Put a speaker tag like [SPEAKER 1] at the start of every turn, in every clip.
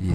[SPEAKER 1] 以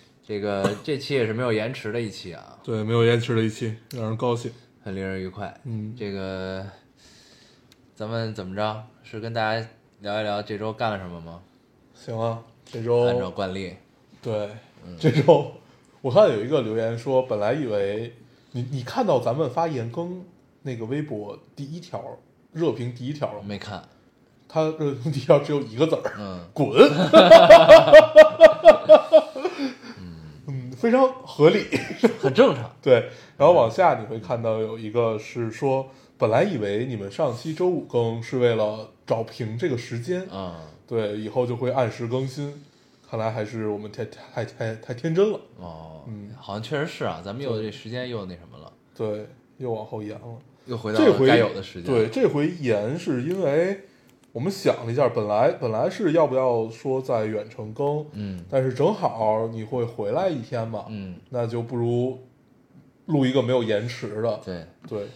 [SPEAKER 1] 这个这期也是没有延迟的一期啊，
[SPEAKER 2] 对，没有延迟的一期，让人高兴。
[SPEAKER 1] 很令人愉快。
[SPEAKER 2] 嗯
[SPEAKER 1] 这个咱们怎么着？是跟大家聊一聊这周干了什么吗？
[SPEAKER 2] 行啊，这
[SPEAKER 1] 按照嗯
[SPEAKER 2] 周
[SPEAKER 1] 惯例，
[SPEAKER 2] 对，这周我看有一个留言说，本来以为你你看到咱们发严更那个微博第一条热评第一条了
[SPEAKER 1] 我
[SPEAKER 2] 吗？
[SPEAKER 1] 没看。
[SPEAKER 2] 他热评第一条只有一个字儿，
[SPEAKER 1] 嗯，
[SPEAKER 2] 滚。 嗯，非常合理。
[SPEAKER 1] 很正常。
[SPEAKER 2] 对，然后往下你会看到有一个是说，本来以为你们上期周五更是为了找平这个时间，
[SPEAKER 1] 嗯，
[SPEAKER 2] 对，以后就会按时更新。看来还是我们太太太太天真了，
[SPEAKER 1] 哦，
[SPEAKER 2] 嗯
[SPEAKER 1] 好像确实是啊，咱们又这时间又那什么了，
[SPEAKER 2] 对，又往后延了。
[SPEAKER 1] 又回到
[SPEAKER 2] 这
[SPEAKER 1] 了
[SPEAKER 2] 回
[SPEAKER 1] 该有的时间。
[SPEAKER 2] 对，，这回延是因为我们想了一下，本来本来是要不要说在远程更，
[SPEAKER 1] 嗯
[SPEAKER 2] 但是正好你会回来一天嘛，
[SPEAKER 1] 嗯，
[SPEAKER 2] 那就不如录一个没有延迟的。
[SPEAKER 1] 对，
[SPEAKER 2] 对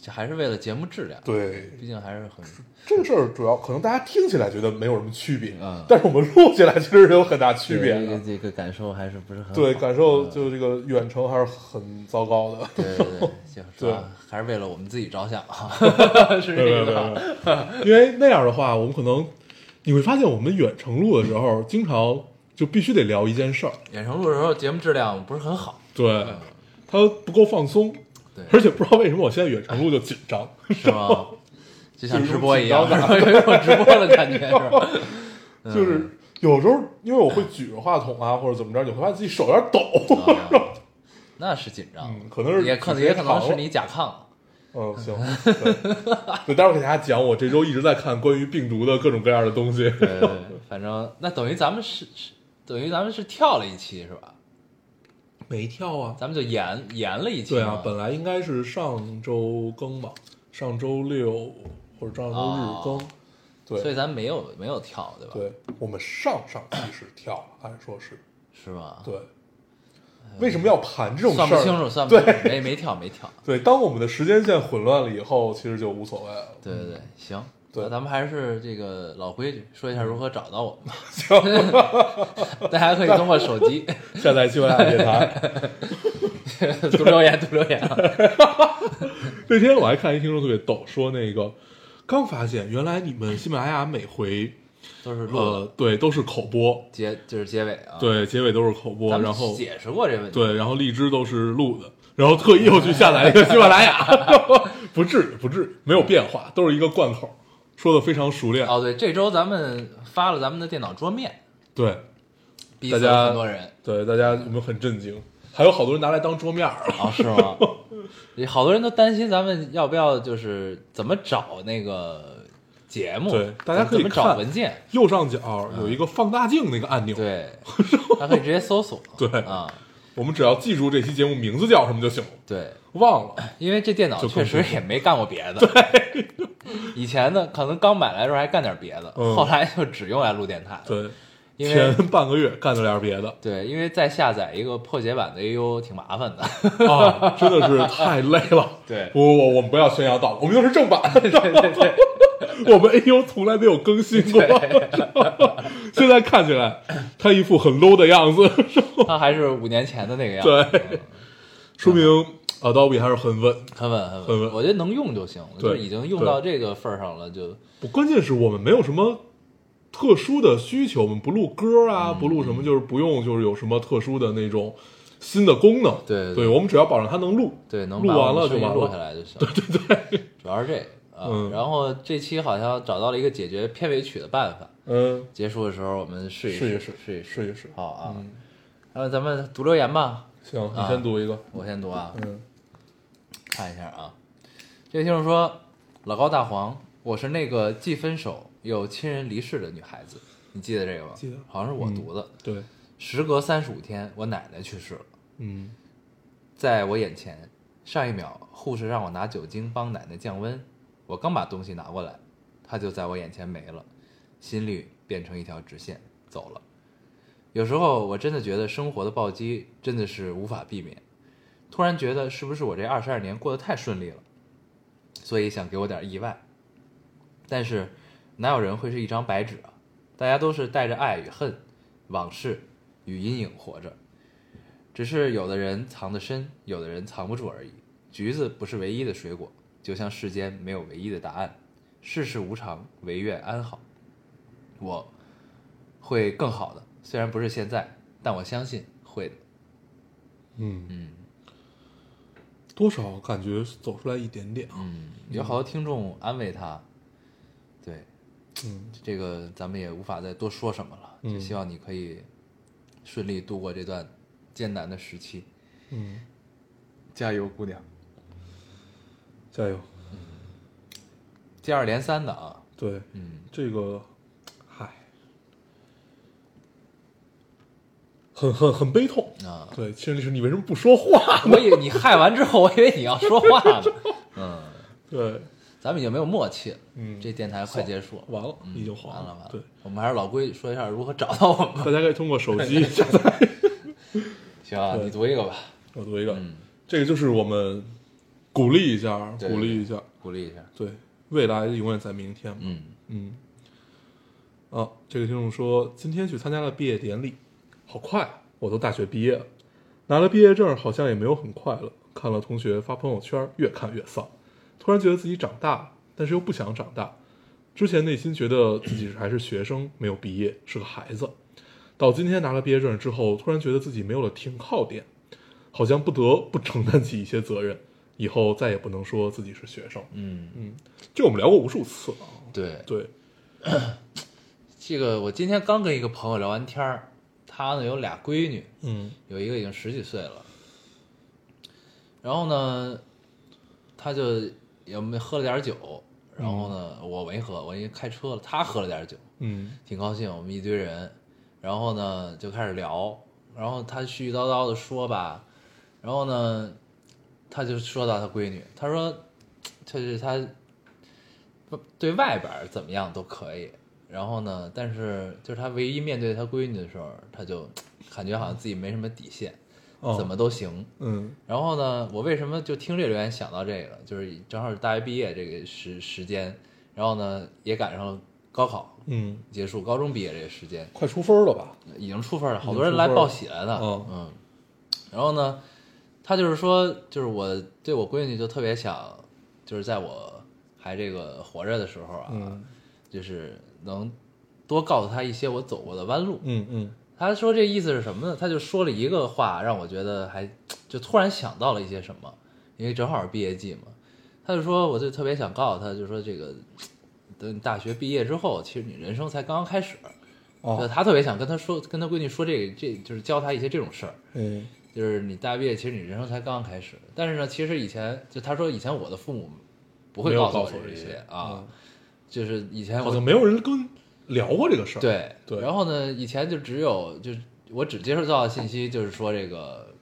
[SPEAKER 1] 这还是为了节目质量，
[SPEAKER 2] 对，
[SPEAKER 1] 毕竟还是很
[SPEAKER 2] 这个事儿主要可能大家听起来觉得没有什么区别，
[SPEAKER 1] 嗯
[SPEAKER 2] 但是我们录起来其实是有很大区别
[SPEAKER 1] 这个
[SPEAKER 2] 的。
[SPEAKER 1] 这个感受还是不是很好
[SPEAKER 2] 对，感受
[SPEAKER 1] 嗯
[SPEAKER 2] 就这个远程还是很糟糕的。
[SPEAKER 1] 对对对，就是
[SPEAKER 2] 对
[SPEAKER 1] 吧还是为了我们自己着想啊，是这个吧？
[SPEAKER 2] 对，因为那样的话，我们可能你会发现，我们远程录的时候，经常就必须得聊一件事儿，
[SPEAKER 1] 远程录的时候节目质量不是很好，
[SPEAKER 2] 对，它不够放松，
[SPEAKER 1] 对
[SPEAKER 2] 而且不知道为什么我现在远程录就紧张，
[SPEAKER 1] 是吗？就像直播一样，
[SPEAKER 2] 就是
[SPEAKER 1] 有一种直播的感觉，是吧？
[SPEAKER 2] 就是嗯有时候因为我会举着话筒啊或者怎么着，你会发现自己手有点 抖，
[SPEAKER 1] 啊那是紧张，
[SPEAKER 2] 嗯，可能是
[SPEAKER 1] 也可能
[SPEAKER 2] 时间
[SPEAKER 1] 也可能
[SPEAKER 2] 长了
[SPEAKER 1] 是你甲亢，
[SPEAKER 2] 嗯，行，对对，待会儿给大家讲，我这周一直在看关于病毒的各种各样的东西。
[SPEAKER 1] 对，对对，反正那等于咱们是是等于咱们是跳了一期是吧？
[SPEAKER 2] 没跳啊？
[SPEAKER 1] 咱们就延延了一期
[SPEAKER 2] 对啊
[SPEAKER 1] 嘛，
[SPEAKER 2] 本来应该是上周更吧，上周六或者上
[SPEAKER 1] 哦
[SPEAKER 2] 周日更。
[SPEAKER 1] 所以
[SPEAKER 2] 对，
[SPEAKER 1] 咱没有没有跳对吧？
[SPEAKER 2] 对，我们上上期是跳了，按说是
[SPEAKER 1] 是吧？
[SPEAKER 2] 对。为什么要盘这种事
[SPEAKER 1] 嗯算
[SPEAKER 2] 儿？
[SPEAKER 1] 不清楚，算不清楚，没没跳没跳，
[SPEAKER 2] 对，当我们的时间线混乱了以后，其实就无所谓了。
[SPEAKER 1] 对对对，行。
[SPEAKER 2] 嗯对
[SPEAKER 1] 那咱们还是这个老规矩，说一下如何找到我们吧。
[SPEAKER 2] 行，
[SPEAKER 1] 大家可以通过手机
[SPEAKER 2] 下载喜马拉雅电台。
[SPEAKER 1] 读留言，读留言啊。
[SPEAKER 2] 那天我还看一听众特别逗，说那个刚发现原来你们喜马拉雅每回
[SPEAKER 1] 都是录了
[SPEAKER 2] 呃对都是口播，
[SPEAKER 1] 结，就是结尾啊。，
[SPEAKER 2] 对结尾都是口播，
[SPEAKER 1] 咱们
[SPEAKER 2] 然后
[SPEAKER 1] 解释过这问题。
[SPEAKER 2] 对，然后荔枝都是录的，然后特意又去下载 一个喜马拉雅，不至于不至于，没有变化，都是一个贯口，说的非常熟练。
[SPEAKER 1] 哦，对，这周咱们发了咱们的电脑桌面，
[SPEAKER 2] 对
[SPEAKER 1] 逼死
[SPEAKER 2] 大家
[SPEAKER 1] 了很多人。
[SPEAKER 2] 对，大家有没有很震惊？还有好多人拿来当桌面儿了。
[SPEAKER 1] 啊，是吗？好多人都担心咱们要不要就是怎么找那个节目，
[SPEAKER 2] 对大家可
[SPEAKER 1] 怎
[SPEAKER 2] 以
[SPEAKER 1] 么找
[SPEAKER 2] 看
[SPEAKER 1] 文 件，
[SPEAKER 2] 右上角有一个放大镜那个按
[SPEAKER 1] 嗯
[SPEAKER 2] 钮，
[SPEAKER 1] 对，他可以直接搜索，
[SPEAKER 2] 对
[SPEAKER 1] 啊，
[SPEAKER 2] 我们只要记住这期节目名字叫什么就行了。
[SPEAKER 1] 对，
[SPEAKER 2] 忘了，
[SPEAKER 1] 因为这电脑
[SPEAKER 2] 就
[SPEAKER 1] 确
[SPEAKER 2] 更
[SPEAKER 1] 实
[SPEAKER 2] 舒服
[SPEAKER 1] 也没干过别的，对，以前呢可能刚买来的时候还干点别的，
[SPEAKER 2] 嗯
[SPEAKER 1] 后来就只用来录电台了，
[SPEAKER 2] 对，
[SPEAKER 1] 因为
[SPEAKER 2] 前半个月干了点别的
[SPEAKER 1] 对，因为再下载一个破解版的 AU 挺麻烦的，
[SPEAKER 2] 啊，真的是太累了。
[SPEAKER 1] 对
[SPEAKER 2] 不不不，我们不要宣扬盗版，我们用的是正版。
[SPEAKER 1] 对对对，
[SPEAKER 2] 我们 A U 从来没有更新过，现在看起来他一副很 low 的样子，
[SPEAKER 1] 它还是五年前的那个样子，
[SPEAKER 2] 对，说明 Adobe 还是很稳。
[SPEAKER 1] 很稳很稳，
[SPEAKER 2] 很稳
[SPEAKER 1] 我觉得能用就行，
[SPEAKER 2] 对
[SPEAKER 1] 就是已经用
[SPEAKER 2] 对
[SPEAKER 1] 到这个份儿上了，就
[SPEAKER 2] 不，关键是我们没有什么特殊的需求，我们不录歌啊，不录什么，就是不用就是有什么特殊的那种新的功能。
[SPEAKER 1] 对对
[SPEAKER 2] 对，
[SPEAKER 1] 对
[SPEAKER 2] 我们只要保证它能录。
[SPEAKER 1] 对，能
[SPEAKER 2] 录
[SPEAKER 1] 把我
[SPEAKER 2] 完
[SPEAKER 1] 们
[SPEAKER 2] 了
[SPEAKER 1] 声
[SPEAKER 2] 就
[SPEAKER 1] 音
[SPEAKER 2] 完
[SPEAKER 1] 录下
[SPEAKER 2] 了。
[SPEAKER 1] 来就行。对对对， 主要是这个啊。
[SPEAKER 2] 嗯
[SPEAKER 1] 然后这期好像找到了一个解决片尾曲的办法，
[SPEAKER 2] 嗯，
[SPEAKER 1] 结束的时候我们试一
[SPEAKER 2] 试
[SPEAKER 1] 一
[SPEAKER 2] 一
[SPEAKER 1] 试
[SPEAKER 2] 试，
[SPEAKER 1] 试一试。
[SPEAKER 2] 试一试。
[SPEAKER 1] 好啊，那咱们读留言吧，
[SPEAKER 2] 行，你
[SPEAKER 1] 啊
[SPEAKER 2] 先读一个。
[SPEAKER 1] 我先读啊，
[SPEAKER 2] 嗯，
[SPEAKER 1] 看一下啊。这位听众说：“老高大黄，我是那个既分手又亲人离世的女孩子，你记得这个吗？嗯
[SPEAKER 2] 记得
[SPEAKER 1] 好像是我读的。
[SPEAKER 2] 对，
[SPEAKER 1] 时隔三十五天，我奶奶去世了，
[SPEAKER 2] 嗯
[SPEAKER 1] 在我眼前，上一秒护士让我拿酒精帮奶奶降温，我刚把东西拿过来，她就在我眼前没了，心率变成一条直线走了。有时候我真的觉得生活的暴击真的是无法避免，突然觉得是不是我这二十二年过得太顺利了，所以想给我点意外。但是哪有人会是一张白纸啊？大家都是带着爱与恨、往事与阴影活着。只是有的人藏得深，有的人藏不住而已。橘子不是唯一的水果，就像世间没有唯一的答案。世事无常，唯愿安好。我会更好的，虽然不是现在，但我相信会的。
[SPEAKER 2] 嗯，
[SPEAKER 1] 嗯
[SPEAKER 2] 多少感觉走出来一点点啊。
[SPEAKER 1] 嗯，有好多听众安慰他，对
[SPEAKER 2] 嗯
[SPEAKER 1] 这个咱们也无法再多说什么了，
[SPEAKER 2] 嗯
[SPEAKER 1] 就希望你可以顺利度过这段艰难的时期。
[SPEAKER 2] 嗯，
[SPEAKER 1] 加油，姑娘！
[SPEAKER 2] 加油！
[SPEAKER 1] 接二连三的啊，
[SPEAKER 2] 对
[SPEAKER 1] 嗯，
[SPEAKER 2] 这个，嗨，很很很悲痛。
[SPEAKER 1] 啊，
[SPEAKER 2] 对，其实律师，你为什么不说话？
[SPEAKER 1] 我以为你害完之后，我以为你要说话呢。嗯，
[SPEAKER 2] 对，
[SPEAKER 1] 咱们已经没有默契了。
[SPEAKER 2] 嗯
[SPEAKER 1] 这电台快结束了，
[SPEAKER 2] 完了，
[SPEAKER 1] 嗯
[SPEAKER 2] 已经黄
[SPEAKER 1] 完了完了。
[SPEAKER 2] 对，，
[SPEAKER 1] 我们还是老规矩，说一下如何找到我们。
[SPEAKER 2] 大家可以通过手 机下载。
[SPEAKER 1] 行啊，
[SPEAKER 2] 对
[SPEAKER 1] 你读一个吧，
[SPEAKER 2] 我读一个，
[SPEAKER 1] 嗯
[SPEAKER 2] 这个就是我们鼓励一下，
[SPEAKER 1] 对
[SPEAKER 2] 鼓励一下。
[SPEAKER 1] 鼓励一下。
[SPEAKER 2] 对，未来永远在明天嘛。
[SPEAKER 1] 嗯，
[SPEAKER 2] 嗯，啊，这个听众说今天去参加了毕业典礼，好快啊，我都大学毕业了，拿了毕业证好像也没有很快乐。看了同学发朋友圈，越看越丧，突然觉得自己长大了，但是又不想长大。之前内心觉得自己还是学生，没有毕业，是个孩子。到今天拿了毕业证之后，突然觉得自己没有了停靠点，好像不得不承担起一些责任，以后再也不能说自己是学生。
[SPEAKER 1] 嗯，
[SPEAKER 2] 嗯，这我们聊过无数次了啊。
[SPEAKER 1] 对，
[SPEAKER 2] 对，
[SPEAKER 1] 这个我今天刚跟一个朋友聊完天儿，他呢有俩闺女，
[SPEAKER 2] 嗯
[SPEAKER 1] 有一个已经十几岁了，然后呢，他就也没喝了点酒，然后呢，我没喝，我因为开车了，他喝了点酒，
[SPEAKER 2] 嗯
[SPEAKER 1] 挺高兴，我们一堆人，然后呢就开始聊，然后他絮絮叨叨的说吧，然后呢，他就说到他闺女，他说，就是他不对外边儿怎么样都可以，然后呢，但是就是他唯一面对他闺女的时候，他就感觉好像自己没什么底线，
[SPEAKER 2] 哦
[SPEAKER 1] 怎么都行。
[SPEAKER 2] 嗯
[SPEAKER 1] 然后呢，我为什么就听这留言想到这个，就是正好是大学毕业这个时时间，然后呢也赶上了高考，
[SPEAKER 2] 嗯，
[SPEAKER 1] 结束高中毕业这个时间，
[SPEAKER 2] 快出分了吧？
[SPEAKER 1] 已经出分了，好
[SPEAKER 2] 已经
[SPEAKER 1] 多人
[SPEAKER 2] 出
[SPEAKER 1] 来
[SPEAKER 2] 分
[SPEAKER 1] 报
[SPEAKER 2] 了
[SPEAKER 1] 喜来的，
[SPEAKER 2] 哦
[SPEAKER 1] 嗯，然后呢，他就是说，就是我对我闺女就特别想，就是在我还这个活着的时候啊，
[SPEAKER 2] 嗯
[SPEAKER 1] 就是能多告诉她一些我走过的弯路。
[SPEAKER 2] 嗯嗯
[SPEAKER 1] 他说这意思是什么呢？他就说了一个话，让我觉得还就突然想到了一些什么，因为正好是毕业季嘛。他就说，我就特别想告诉他，就说这个，等你大学毕业之后，其实你人生才刚刚开始。就
[SPEAKER 2] 哦，
[SPEAKER 1] 他特别想跟他说，跟他闺女说这个，这就是教他一些这种事儿。
[SPEAKER 2] 嗯
[SPEAKER 1] 就是你大学毕业，其实你人生才刚刚开始。但是呢，其实以前就他说以前我的父母不会
[SPEAKER 2] 没有
[SPEAKER 1] 诉
[SPEAKER 2] 告诉
[SPEAKER 1] 我
[SPEAKER 2] 我这
[SPEAKER 1] 些
[SPEAKER 2] 些
[SPEAKER 1] 啊
[SPEAKER 2] 嗯，
[SPEAKER 1] 就是以前
[SPEAKER 2] 好
[SPEAKER 1] 我
[SPEAKER 2] 像没有人跟聊过这个事儿。，
[SPEAKER 1] 对
[SPEAKER 2] 对
[SPEAKER 1] 然后呢，以前就只有就是我只接受到的信息就是说这个，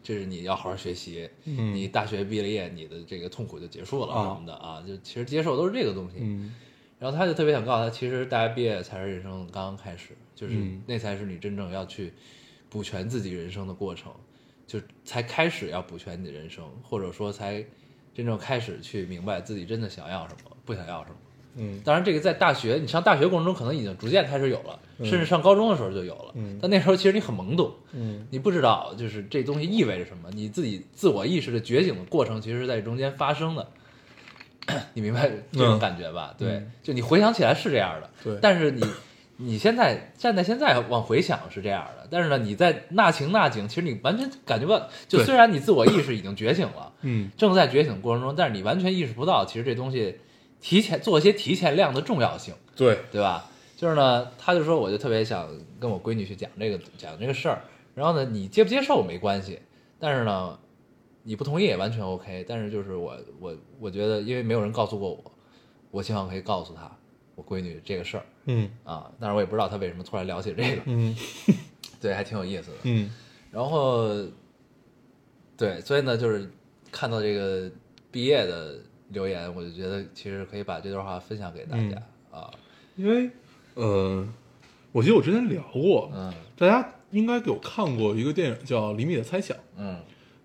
[SPEAKER 1] 就是你要好好学习，
[SPEAKER 2] 嗯
[SPEAKER 1] 你大学毕了业，你的这个痛苦就结束了
[SPEAKER 2] 啊
[SPEAKER 1] 什么的啊，就其实接受都是这个东西。
[SPEAKER 2] 嗯
[SPEAKER 1] 然后他就特别想告诉他，其实大学毕业才是人生刚刚开始，就是
[SPEAKER 2] 嗯
[SPEAKER 1] 那才是你真正要去补全自己人生的过程，就才开始要补全你的人生，或者说才真正开始去明白自己真的想要什么，不想要什么。
[SPEAKER 2] 嗯
[SPEAKER 1] 当然，这个在大学，你上大学过程中可能已经逐渐开始有了，甚至上高中的时候就有了。
[SPEAKER 2] 嗯
[SPEAKER 1] 但那时候其实你很懵懂，
[SPEAKER 2] 嗯
[SPEAKER 1] 你不知道就是这东西意味着什么，你自己自我意识的觉醒的过程，其实是在中间发生的。 你明白这种感觉吧？对
[SPEAKER 2] 嗯，
[SPEAKER 1] 就你回想起来是这样的，
[SPEAKER 2] 对
[SPEAKER 1] 但是你。你现在站在现在往回想是这样的，但是呢，你在那情那景，其实你完全感觉不到。就
[SPEAKER 2] 对
[SPEAKER 1] 虽然你自我意识已经觉醒了，
[SPEAKER 2] 嗯
[SPEAKER 1] 正在觉醒过程中，但是你完全意识不到，其实这东西提前做一些提前量的重要性，
[SPEAKER 2] 对，
[SPEAKER 1] 对吧？就是呢，他就说，我就特别想跟我闺女去讲这个讲这个事儿，然后呢，你接不接受没关系，但是呢，你不同意也完全 OK，但是就是我我我觉得，因为没有人告诉过我，我希望可以告诉她我闺女这个事儿
[SPEAKER 2] 嗯
[SPEAKER 1] 啊，但是我也不知道她为什么突然聊起这个，
[SPEAKER 2] 嗯
[SPEAKER 1] 对，还挺有意思的。
[SPEAKER 2] 嗯
[SPEAKER 1] 然后，对，所以呢，就是看到这个毕业的留言，我就觉得其实可以把这段话分享给大家、
[SPEAKER 2] 嗯
[SPEAKER 1] 啊，
[SPEAKER 2] 因为，呃，我记得我之前聊过，
[SPEAKER 1] 嗯
[SPEAKER 2] 大家应该有看过一个电影叫《厘米的猜想》，
[SPEAKER 1] 嗯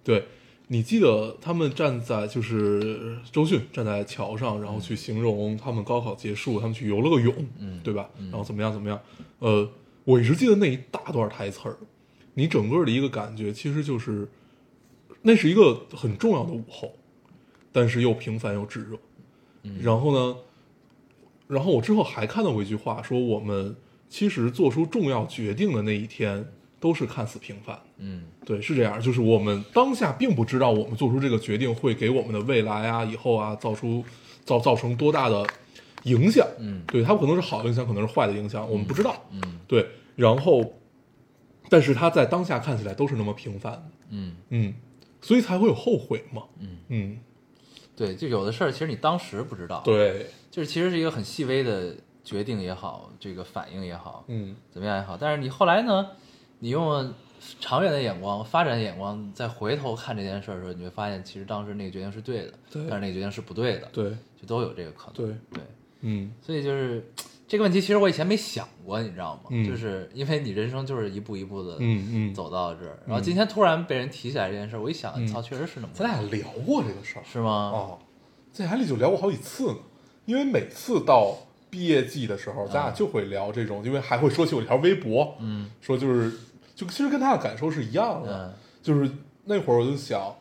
[SPEAKER 2] 对你记得他们站在就是周迅站在桥上，然后去形容他们高考结束，他们去游了个泳，
[SPEAKER 1] 嗯
[SPEAKER 2] 对吧？然后怎么样怎么样？呃，我一直记得那一大段台词儿，你整个的一个感觉其实就是，那是一个很重要的午后，但是又平凡又炙热。
[SPEAKER 1] 嗯
[SPEAKER 2] 然后呢，然后我之后还看到过一句话，说我们其实做出重要决定的那一天，都是看似平凡。
[SPEAKER 1] 嗯
[SPEAKER 2] 对，是这样，就是我们当下并不知道我们做出这个决定会给我们的未来啊、以后啊造出造造成多大的影响。
[SPEAKER 1] 嗯
[SPEAKER 2] 对，它可能是好的影响，可能是坏的影响，我们不知道。
[SPEAKER 1] 嗯
[SPEAKER 2] 对，然后，但是它在当下看起来都是那么平凡的，
[SPEAKER 1] 嗯，
[SPEAKER 2] 嗯，所以才会有后悔嘛。
[SPEAKER 1] 嗯
[SPEAKER 2] 嗯，
[SPEAKER 1] 对，就有的事儿其实你当时不知道，，
[SPEAKER 2] 对，
[SPEAKER 1] 就是其实是一个很细微的决定也好，这个反应也好，
[SPEAKER 2] 嗯
[SPEAKER 1] 怎么样也好，但是你后来呢，你用长远的眼光、发展的眼光再回头看这件事儿的时候，你会发现其实当时那个决定是对的，
[SPEAKER 2] 对
[SPEAKER 1] 但是那个决定是不对的，
[SPEAKER 2] 对
[SPEAKER 1] 就都有这个可能，
[SPEAKER 2] 对，
[SPEAKER 1] 对。
[SPEAKER 2] 嗯
[SPEAKER 1] 所以就是这个问题，其实我以前没想过，你知道吗？
[SPEAKER 2] 嗯
[SPEAKER 1] 就是因为你人生就是一步一步的
[SPEAKER 2] 嗯嗯，
[SPEAKER 1] 走到这儿，然后今天突然被人提起来这件事儿，我一想，
[SPEAKER 2] 嗯
[SPEAKER 1] 操，确实是那么回事
[SPEAKER 2] 咱
[SPEAKER 1] 儿，
[SPEAKER 2] 俩聊过这个事儿
[SPEAKER 1] 是吗？
[SPEAKER 2] 哦，在家里就聊过好几次呢，因为每次到毕业季的时候，咱俩就会聊这种，因为还会说起我这条微博，
[SPEAKER 1] 嗯
[SPEAKER 2] 说就是就其实跟他的感受是一样的，
[SPEAKER 1] 嗯
[SPEAKER 2] 就是那会儿我就想，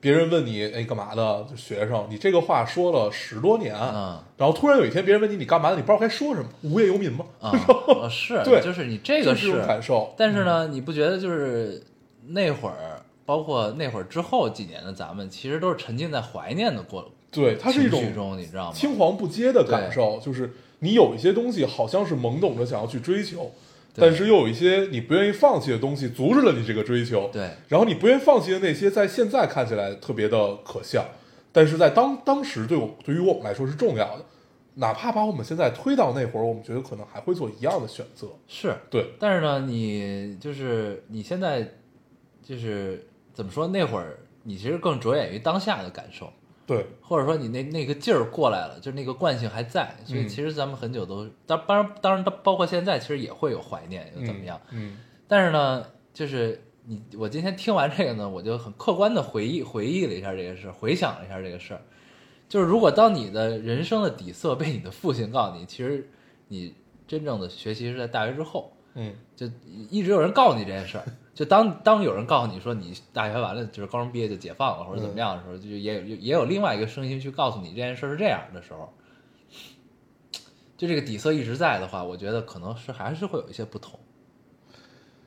[SPEAKER 2] 别人问你哎干嘛的，就学生，你这个话说了十多年，
[SPEAKER 1] 嗯
[SPEAKER 2] 然后突然有一天别人问你你干嘛的，你不知道该说什么，无业游民吗？
[SPEAKER 1] 啊，哦是，
[SPEAKER 2] 对
[SPEAKER 1] 就是你这个
[SPEAKER 2] 就是这种感受，嗯
[SPEAKER 1] 但是呢，你不觉得就是那会儿，包括那会儿之后几年的咱们，其实都是沉浸在怀念的过，
[SPEAKER 2] 对，它是一种
[SPEAKER 1] 情绪中，你知道吗？
[SPEAKER 2] 青黄不接的感
[SPEAKER 1] 对
[SPEAKER 2] 受，就是你有一些东西好像是懵懂的想要去追求，
[SPEAKER 1] 对
[SPEAKER 2] 但是又有一些你不愿意放弃的东西阻止了你这个追求。，
[SPEAKER 1] 对，
[SPEAKER 2] 然后你不愿意放弃的那些，在现在看起来特别的可笑，但是在当当时对我对于我们来说是重要的，哪怕把我们现在推到那会儿，我们觉得可能还会做一样的选择。
[SPEAKER 1] 是。
[SPEAKER 2] 对，
[SPEAKER 1] 但是呢，你就是你现在就是怎么说？那会儿你其实更着眼于当下的感受，
[SPEAKER 2] 对，
[SPEAKER 1] 或者说你那那个劲儿过来了，就是那个惯性还在。所以
[SPEAKER 2] 嗯
[SPEAKER 1] 其实咱们很久都，当当然当然包括现在，其实也会有怀念，又
[SPEAKER 2] 嗯
[SPEAKER 1] 怎么样？？
[SPEAKER 2] 嗯
[SPEAKER 1] 但是呢，就是你我今天听完这个呢，我就很客观的回忆回忆了一下这个事儿，回想了一下这个事儿。就是如果当你的人生的底色被你的父亲告诉你，其实你真正的学习是在大学之后，
[SPEAKER 2] 嗯
[SPEAKER 1] 就一直有人告诉你这件事儿。就当当有人告诉你说你大学完了就是高中毕业就解放了或
[SPEAKER 2] 嗯
[SPEAKER 1] 者怎么样的时候，就也有也有另外一个声音去告诉你这件事儿是这样的时候，就这个底色一直在的话，我觉得可能是还是会有一些不同，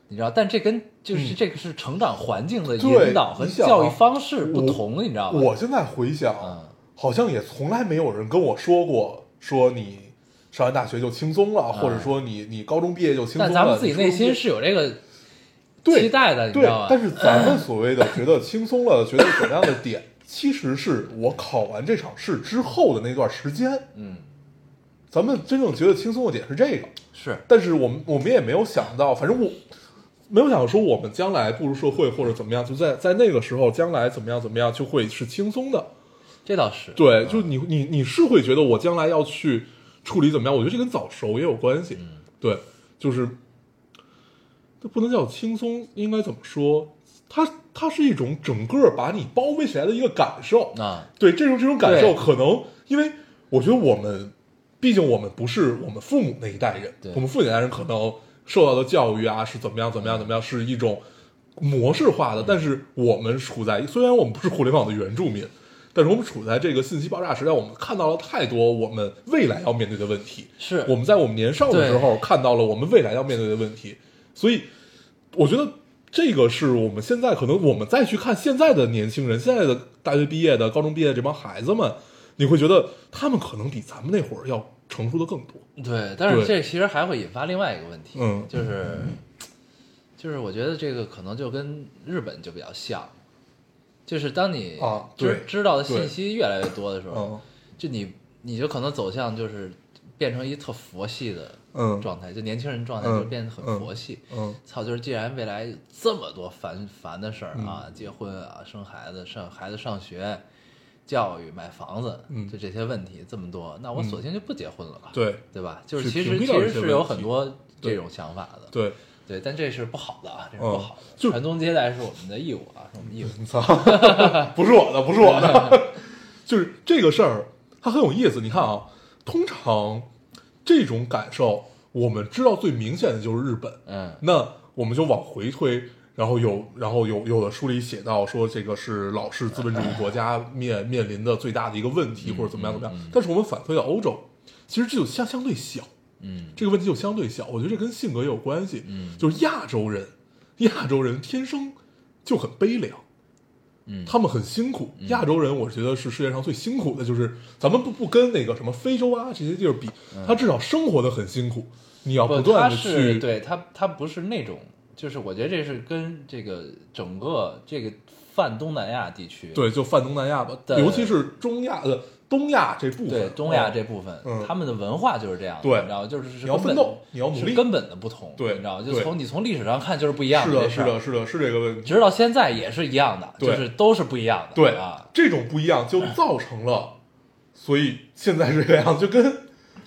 [SPEAKER 1] 你知道？但这跟就是
[SPEAKER 2] 嗯
[SPEAKER 1] 这个是成长环境的
[SPEAKER 2] 对
[SPEAKER 1] 引导和
[SPEAKER 2] 你想啊
[SPEAKER 1] 教育方式不
[SPEAKER 2] 我
[SPEAKER 1] 同，你知道吧？
[SPEAKER 2] 我现在回想，
[SPEAKER 1] 嗯
[SPEAKER 2] 好像也从来没有人跟我说过，说你上完大学就轻松了，或者说你你高中毕业就轻松
[SPEAKER 1] 但
[SPEAKER 2] 了。
[SPEAKER 1] 咱们自己
[SPEAKER 2] 你初中
[SPEAKER 1] 内心
[SPEAKER 2] 毕
[SPEAKER 1] 是有这个
[SPEAKER 2] 对
[SPEAKER 1] 期待的，你知
[SPEAKER 2] 对
[SPEAKER 1] 道吧？，
[SPEAKER 2] 但是咱们所谓的觉得轻松了，觉得怎样的点，其实是我考完这场试之后的那段时间，
[SPEAKER 1] 嗯，
[SPEAKER 2] 咱们真正觉得轻松的点是这个。
[SPEAKER 1] 是
[SPEAKER 2] 但是我们我们也没有想到，反正我没有想到说我们将来步入社会或者怎么样，就在在那个时候将来怎么样怎么样就会是轻松的。
[SPEAKER 1] 这倒是
[SPEAKER 2] 对，就你你你是会觉得我将来要去处理怎么样？我觉得这跟早熟也有关系。对，就是这不能叫轻松，应该怎么说？它它是一种整个把你包围起来的一个感受。
[SPEAKER 1] 啊，
[SPEAKER 2] 对，这种这种感
[SPEAKER 1] 对
[SPEAKER 2] 受，可能因为我觉得我们，毕竟我们不是我们父母那一代人
[SPEAKER 1] 对，
[SPEAKER 2] 我们父母那代人可能受到的教育啊是怎么样怎么样怎么样，是一种模式化
[SPEAKER 1] 嗯
[SPEAKER 2] 的。但是我们处在，虽然我们不是互联网的原住民，但是我们处在这个信息爆炸时代，我们看到了太多我们未来要面对的问题。
[SPEAKER 1] 是
[SPEAKER 2] 我们在我们年少的时候看到了我们未来要面对的问题，所以我觉得这个是我们现在可能我们再去看现在的年轻人，现在的大学毕业的、高中毕业的这帮孩子们，你会觉得他们可能比咱们那会儿要成熟的更多。
[SPEAKER 1] 对，但是
[SPEAKER 2] 对
[SPEAKER 1] 这其实还会引发另外一个问题，
[SPEAKER 2] 嗯
[SPEAKER 1] 就是就是我觉得这个可能就跟日本就比较像，就是当你
[SPEAKER 2] 啊
[SPEAKER 1] 知
[SPEAKER 2] 对
[SPEAKER 1] 知道的信
[SPEAKER 2] 对
[SPEAKER 1] 息越来越多的时候
[SPEAKER 2] 嗯，
[SPEAKER 1] 就你你就可能走向就是变成一特佛系的
[SPEAKER 2] 嗯
[SPEAKER 1] 状态，就年轻人状态
[SPEAKER 2] 嗯
[SPEAKER 1] 就变得很佛系。
[SPEAKER 2] 嗯
[SPEAKER 1] 操，就是既然未来这么多烦烦的事儿啊，
[SPEAKER 2] 嗯
[SPEAKER 1] 结婚啊、生孩子、上孩子上学、教育、买房子，
[SPEAKER 2] 嗯
[SPEAKER 1] 就这些问题这么多，那我索性就不结婚了吧？
[SPEAKER 2] 对
[SPEAKER 1] 对吧？就是
[SPEAKER 2] 去
[SPEAKER 1] 其实
[SPEAKER 2] 屏蔽
[SPEAKER 1] 其
[SPEAKER 2] 掉这
[SPEAKER 1] 实
[SPEAKER 2] 些
[SPEAKER 1] 是
[SPEAKER 2] 问
[SPEAKER 1] 有
[SPEAKER 2] 题
[SPEAKER 1] 很多这
[SPEAKER 2] 对
[SPEAKER 1] 种想法的，
[SPEAKER 2] 对，
[SPEAKER 1] 对，但这是不好的啊，这是
[SPEAKER 2] 嗯
[SPEAKER 1] 不好的。
[SPEAKER 2] 就
[SPEAKER 1] 传宗接代是我们的义务啊，是我们 义务。
[SPEAKER 2] 你操，不是我的，不是我的， 就是这个事儿，它很有意思。你看啊，通常这种感受，我们知道最明显的就是日本，
[SPEAKER 1] 嗯
[SPEAKER 2] 那我们就往回推，然后有，然后有有的书里写到说，这个是老式资本主义国家面面临的最大的一个问题，或者怎么样怎么样。但是我们反推到欧洲，其实这就相相对小，
[SPEAKER 1] 嗯
[SPEAKER 2] 这个问题就相对小。我觉得这跟性格也有关系，
[SPEAKER 1] 嗯
[SPEAKER 2] 就是亚洲人，亚洲人天生就很悲凉。
[SPEAKER 1] 嗯，
[SPEAKER 2] 他们很辛苦，亚洲人我觉得是世界上最辛苦的，就是咱们不不跟那个什么非洲啊这些地儿比，他至少生活的很辛苦，你
[SPEAKER 1] 嗯
[SPEAKER 2] 要
[SPEAKER 1] 不，他
[SPEAKER 2] 断的
[SPEAKER 1] 是
[SPEAKER 2] 去
[SPEAKER 1] 对他他不是那种，就是我觉得这是跟这个整个这个泛东南亚地区
[SPEAKER 2] 对，就泛东南亚吧，
[SPEAKER 1] 对
[SPEAKER 2] 尤其是中亚呃东亚这部分，
[SPEAKER 1] 对东亚这
[SPEAKER 2] 哦
[SPEAKER 1] 部分
[SPEAKER 2] 嗯，
[SPEAKER 1] 他们的文化就是这样的，
[SPEAKER 2] 对
[SPEAKER 1] 你知道吗，就是是
[SPEAKER 2] 你要
[SPEAKER 1] 根本
[SPEAKER 2] 奋斗你要努力
[SPEAKER 1] 是根本的不同，
[SPEAKER 2] 对
[SPEAKER 1] 你知道吗，就
[SPEAKER 2] 对
[SPEAKER 1] 从你从历史上看就是不一样
[SPEAKER 2] 是
[SPEAKER 1] 这
[SPEAKER 2] 的，
[SPEAKER 1] 事
[SPEAKER 2] 是
[SPEAKER 1] 儿
[SPEAKER 2] 的，是的，是这个问题，
[SPEAKER 1] 直到现在也是一样的，
[SPEAKER 2] 对
[SPEAKER 1] 就是都是不一样的，
[SPEAKER 2] 对
[SPEAKER 1] 啊，，
[SPEAKER 2] 这种不一样就造成了，所以现在是这样，就跟。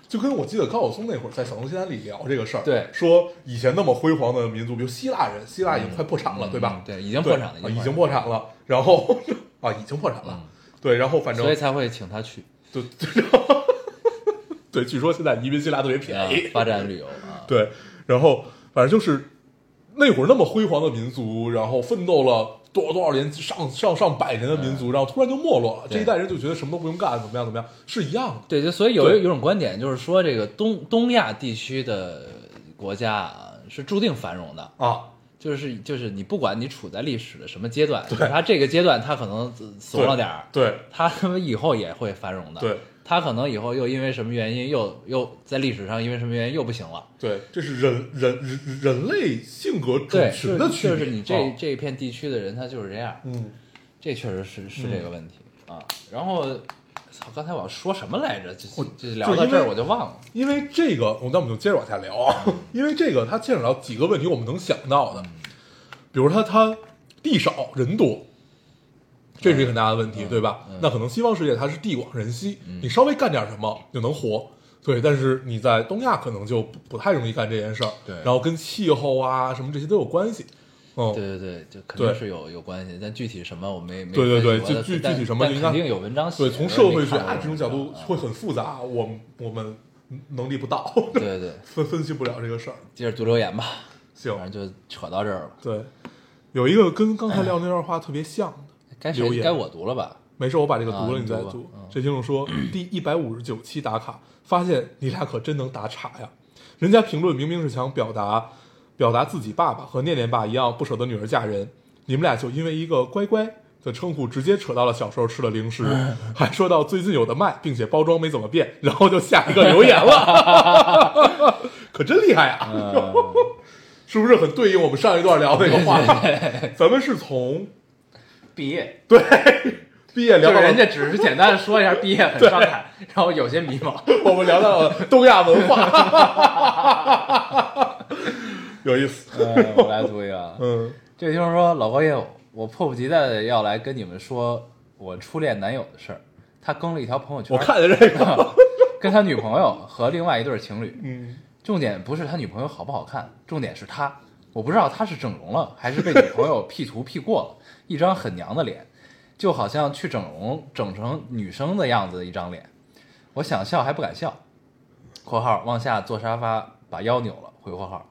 [SPEAKER 2] 就跟我记得高晓松那会儿在《小东西南》里聊这个事儿，
[SPEAKER 1] 对
[SPEAKER 2] 说以前那么辉煌的民族，比如希腊人，希腊已经快破产了，
[SPEAKER 1] 嗯
[SPEAKER 2] 对吧？
[SPEAKER 1] 嗯对，已经
[SPEAKER 2] 对
[SPEAKER 1] 破产了，
[SPEAKER 2] 啊已经破产了。然后啊，已经破产了
[SPEAKER 1] 嗯，
[SPEAKER 2] 对，然后反正
[SPEAKER 1] 所以才会请他去
[SPEAKER 2] 对对， 对，据说现在移民希腊特别便
[SPEAKER 1] 啊
[SPEAKER 2] 宜，
[SPEAKER 1] 发展旅游啊，
[SPEAKER 2] 对，然后反正就是那会儿那么辉煌的民族，然后奋斗了多少多少年，上上上百年的民族，然后突然就没落了。这
[SPEAKER 1] 嗯对
[SPEAKER 2] 一代人就觉得什么都不用干，怎么样怎么样，是一样的。
[SPEAKER 1] 对，就所以有
[SPEAKER 2] 对
[SPEAKER 1] 有种观点就是说，这个东东亚地区的国家啊是注定繁荣的，
[SPEAKER 2] 啊，
[SPEAKER 1] 就是就是你不管你处在历史的什么阶段，它这个阶段它可能呃怂了点儿，
[SPEAKER 2] 对
[SPEAKER 1] 它他妈以后也会繁荣的，
[SPEAKER 2] 对，
[SPEAKER 1] 它可能以后又因为什么原因又又在历史上因为什么原因又不行了。
[SPEAKER 2] 对，这是人人人人类性格种
[SPEAKER 1] 对，
[SPEAKER 2] 群
[SPEAKER 1] 是
[SPEAKER 2] 的区别。
[SPEAKER 1] 就是你这、
[SPEAKER 2] 啊
[SPEAKER 1] 这一片地区的人，他就是这样，
[SPEAKER 2] 嗯
[SPEAKER 1] 这确实是是这个问题、啊。然后，操，刚才我要说什么来着？就
[SPEAKER 2] 我
[SPEAKER 1] 就聊到
[SPEAKER 2] 就是因为
[SPEAKER 1] 这儿我就忘了。
[SPEAKER 2] 因为这个，我那我们就接着往下聊啊。
[SPEAKER 1] 嗯
[SPEAKER 2] 因为这个，它牵扯到几个问题，我们能想到的，比如它它地少人多，这是一个很大的问
[SPEAKER 1] 嗯
[SPEAKER 2] 题，对吧？那可能西方世界它是地广人稀，你稍微干点什么就能活，对。但是你在东亚可能就不不太容易干这件事儿，
[SPEAKER 1] 对
[SPEAKER 2] 然后跟气候啊什么这些都有关系，嗯，
[SPEAKER 1] 对对对，就肯
[SPEAKER 2] 对
[SPEAKER 1] 定是有有关系，但具体什么我没没
[SPEAKER 2] 对对对
[SPEAKER 1] 分析过
[SPEAKER 2] 具具
[SPEAKER 1] 但
[SPEAKER 2] 具体什么
[SPEAKER 1] 但
[SPEAKER 2] 应该
[SPEAKER 1] 肯定有文章写
[SPEAKER 2] 对。
[SPEAKER 1] 的。
[SPEAKER 2] 从社会学
[SPEAKER 1] 没看
[SPEAKER 2] 啊
[SPEAKER 1] 过
[SPEAKER 2] 这种角度
[SPEAKER 1] 啊
[SPEAKER 2] 会很复杂，我们我们能力不到，
[SPEAKER 1] 对对，
[SPEAKER 2] 分分析不了这个事儿。
[SPEAKER 1] 接着读留言吧，
[SPEAKER 2] 行，
[SPEAKER 1] 反正就扯到这儿了。
[SPEAKER 2] 对，有一个跟刚才聊那段话特别像的，
[SPEAKER 1] 该
[SPEAKER 2] 留
[SPEAKER 1] 谁
[SPEAKER 2] 言
[SPEAKER 1] 该我读了吧？
[SPEAKER 2] 没事，我把这个读了，
[SPEAKER 1] 啊
[SPEAKER 2] 你再
[SPEAKER 1] 你读
[SPEAKER 2] 读
[SPEAKER 1] 吧嗯。
[SPEAKER 2] 这听 众说，第一百五十九期打卡，发现你俩可真能打岔呀！人家评论明明是想表达表达自己爸爸和念念爸一样不舍得女儿嫁人，你们俩就因为一个乖乖。的称呼直接扯到了小时候吃的零食，
[SPEAKER 1] 嗯
[SPEAKER 2] 还说到最近有的卖，并且包装没怎么变，然后就下一个留言了， 可真厉害啊！
[SPEAKER 1] 嗯
[SPEAKER 2] 是不是很对应我们上一段聊那个话？ 咱们是从
[SPEAKER 1] 毕业，
[SPEAKER 2] 毕业
[SPEAKER 1] 就
[SPEAKER 2] 聊
[SPEAKER 1] 是
[SPEAKER 2] 到了
[SPEAKER 1] 人家只是简单的说一下毕业很伤感，然后有些迷茫。
[SPEAKER 2] 我们聊到了 东亚文化， 有意思。
[SPEAKER 1] 嗯，我来读一个啊。
[SPEAKER 2] 嗯
[SPEAKER 1] 这位听众说：“老高爷，我迫不及待的要来跟你们说我初恋男友的事儿。他更了一条朋友圈，
[SPEAKER 2] 我看见这个，
[SPEAKER 1] 跟他女朋友和另外一对情侣。
[SPEAKER 2] 嗯，
[SPEAKER 1] 重点不是他女朋友好不好看，重点是他。我不知道他是整容了，还是被女朋友 P 图 P 过了，一张很娘的脸，就好像去整容整成女生的样子的一张脸。我想笑还不敢笑。（括号往下坐沙发把腰扭了。）回括号，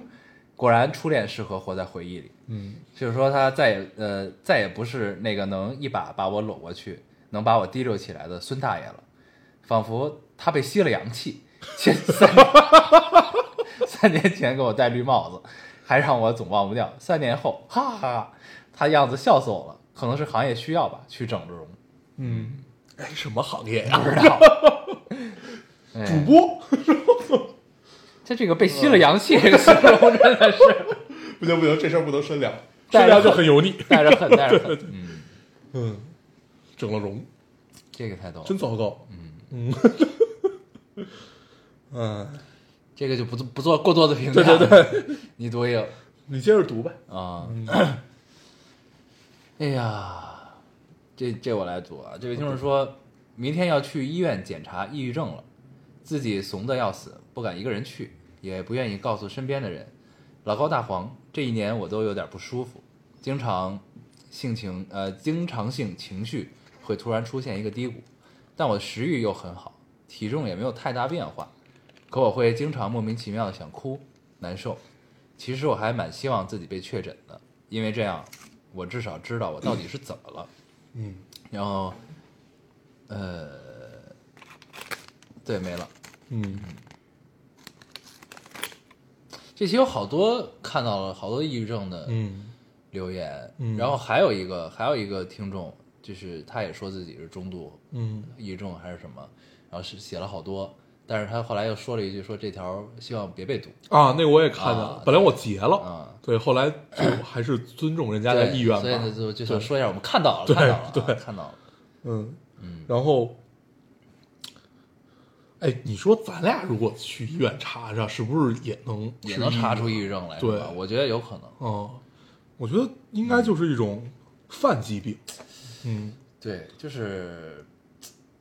[SPEAKER 1] 果然初恋适合活在回忆里。
[SPEAKER 2] 嗯，
[SPEAKER 1] 就是说他再也呃再也不是那个能一把把我搂过去，能把我提溜起来的孙大爷了，仿佛他被吸了阳气。前三三年前给我戴绿帽子，还让我总忘不掉。三年后，哈哈哈，他样子笑死我了。可能是行业需要吧，去整容。
[SPEAKER 2] 嗯，哎，什么行业呀？
[SPEAKER 1] 不知道，哎
[SPEAKER 2] 主播
[SPEAKER 1] 他这个被吸了阳气，这个形容真的是
[SPEAKER 2] 不行不行，这事儿不能深聊，深
[SPEAKER 1] 带着
[SPEAKER 2] 聊就很油腻。
[SPEAKER 1] 带着恨，带着恨。嗯，
[SPEAKER 2] 嗯，整了容，
[SPEAKER 1] 这个太逗了
[SPEAKER 2] 真。糟糕。嗯嗯，哎，
[SPEAKER 1] 这个就不做不做过多的评价。
[SPEAKER 2] 对对
[SPEAKER 1] 对，你读一个
[SPEAKER 2] 你接着读呗。
[SPEAKER 1] 啊、哎呀，这这我来读啊。这位听众说，明天要去医院检查抑郁症了，自己怂的要死，不敢一个人去，也不愿意告诉身边的人。老高大黄，这一年我都有点不舒服，经常性情呃经常性情绪会突然出现一个低谷，但我的食欲又很好，体重也没有太大变化，可我会经常莫名其妙的想哭，难受。其实我还蛮希望自己被确诊的，因为这样我至少知道我到底是怎么了。
[SPEAKER 2] 嗯，
[SPEAKER 1] 然后，呃，对，没了。
[SPEAKER 2] 嗯，
[SPEAKER 1] 这期有好多看到了好多抑郁症的
[SPEAKER 2] 嗯，
[SPEAKER 1] 留言，
[SPEAKER 2] 嗯
[SPEAKER 1] 然后还有一个还有一个听众，就是他也说自己是中度
[SPEAKER 2] 嗯，
[SPEAKER 1] 抑郁症还是什么，然后是写了好多，但是他后来又说了一句说这条希望别被读，
[SPEAKER 2] 啊，那我也看
[SPEAKER 1] 啊
[SPEAKER 2] 了，本来我截了
[SPEAKER 1] 啊，
[SPEAKER 2] 对，后来就还是尊重人家的
[SPEAKER 1] 对，
[SPEAKER 2] 哦意愿
[SPEAKER 1] 所以呢
[SPEAKER 2] 吧。
[SPEAKER 1] 就就想说一下，我们看到了，
[SPEAKER 2] 对
[SPEAKER 1] 看到了啊，
[SPEAKER 2] 对
[SPEAKER 1] 看到了，
[SPEAKER 2] 嗯，
[SPEAKER 1] 嗯，
[SPEAKER 2] 然后，哎，你说咱俩如果去医院查查，是不是也能
[SPEAKER 1] 也能查出抑郁症来，是吧
[SPEAKER 2] 对
[SPEAKER 1] 我觉得有可能。
[SPEAKER 2] 哦，我觉得应该就是一种泛疾病。嗯
[SPEAKER 1] 对，就是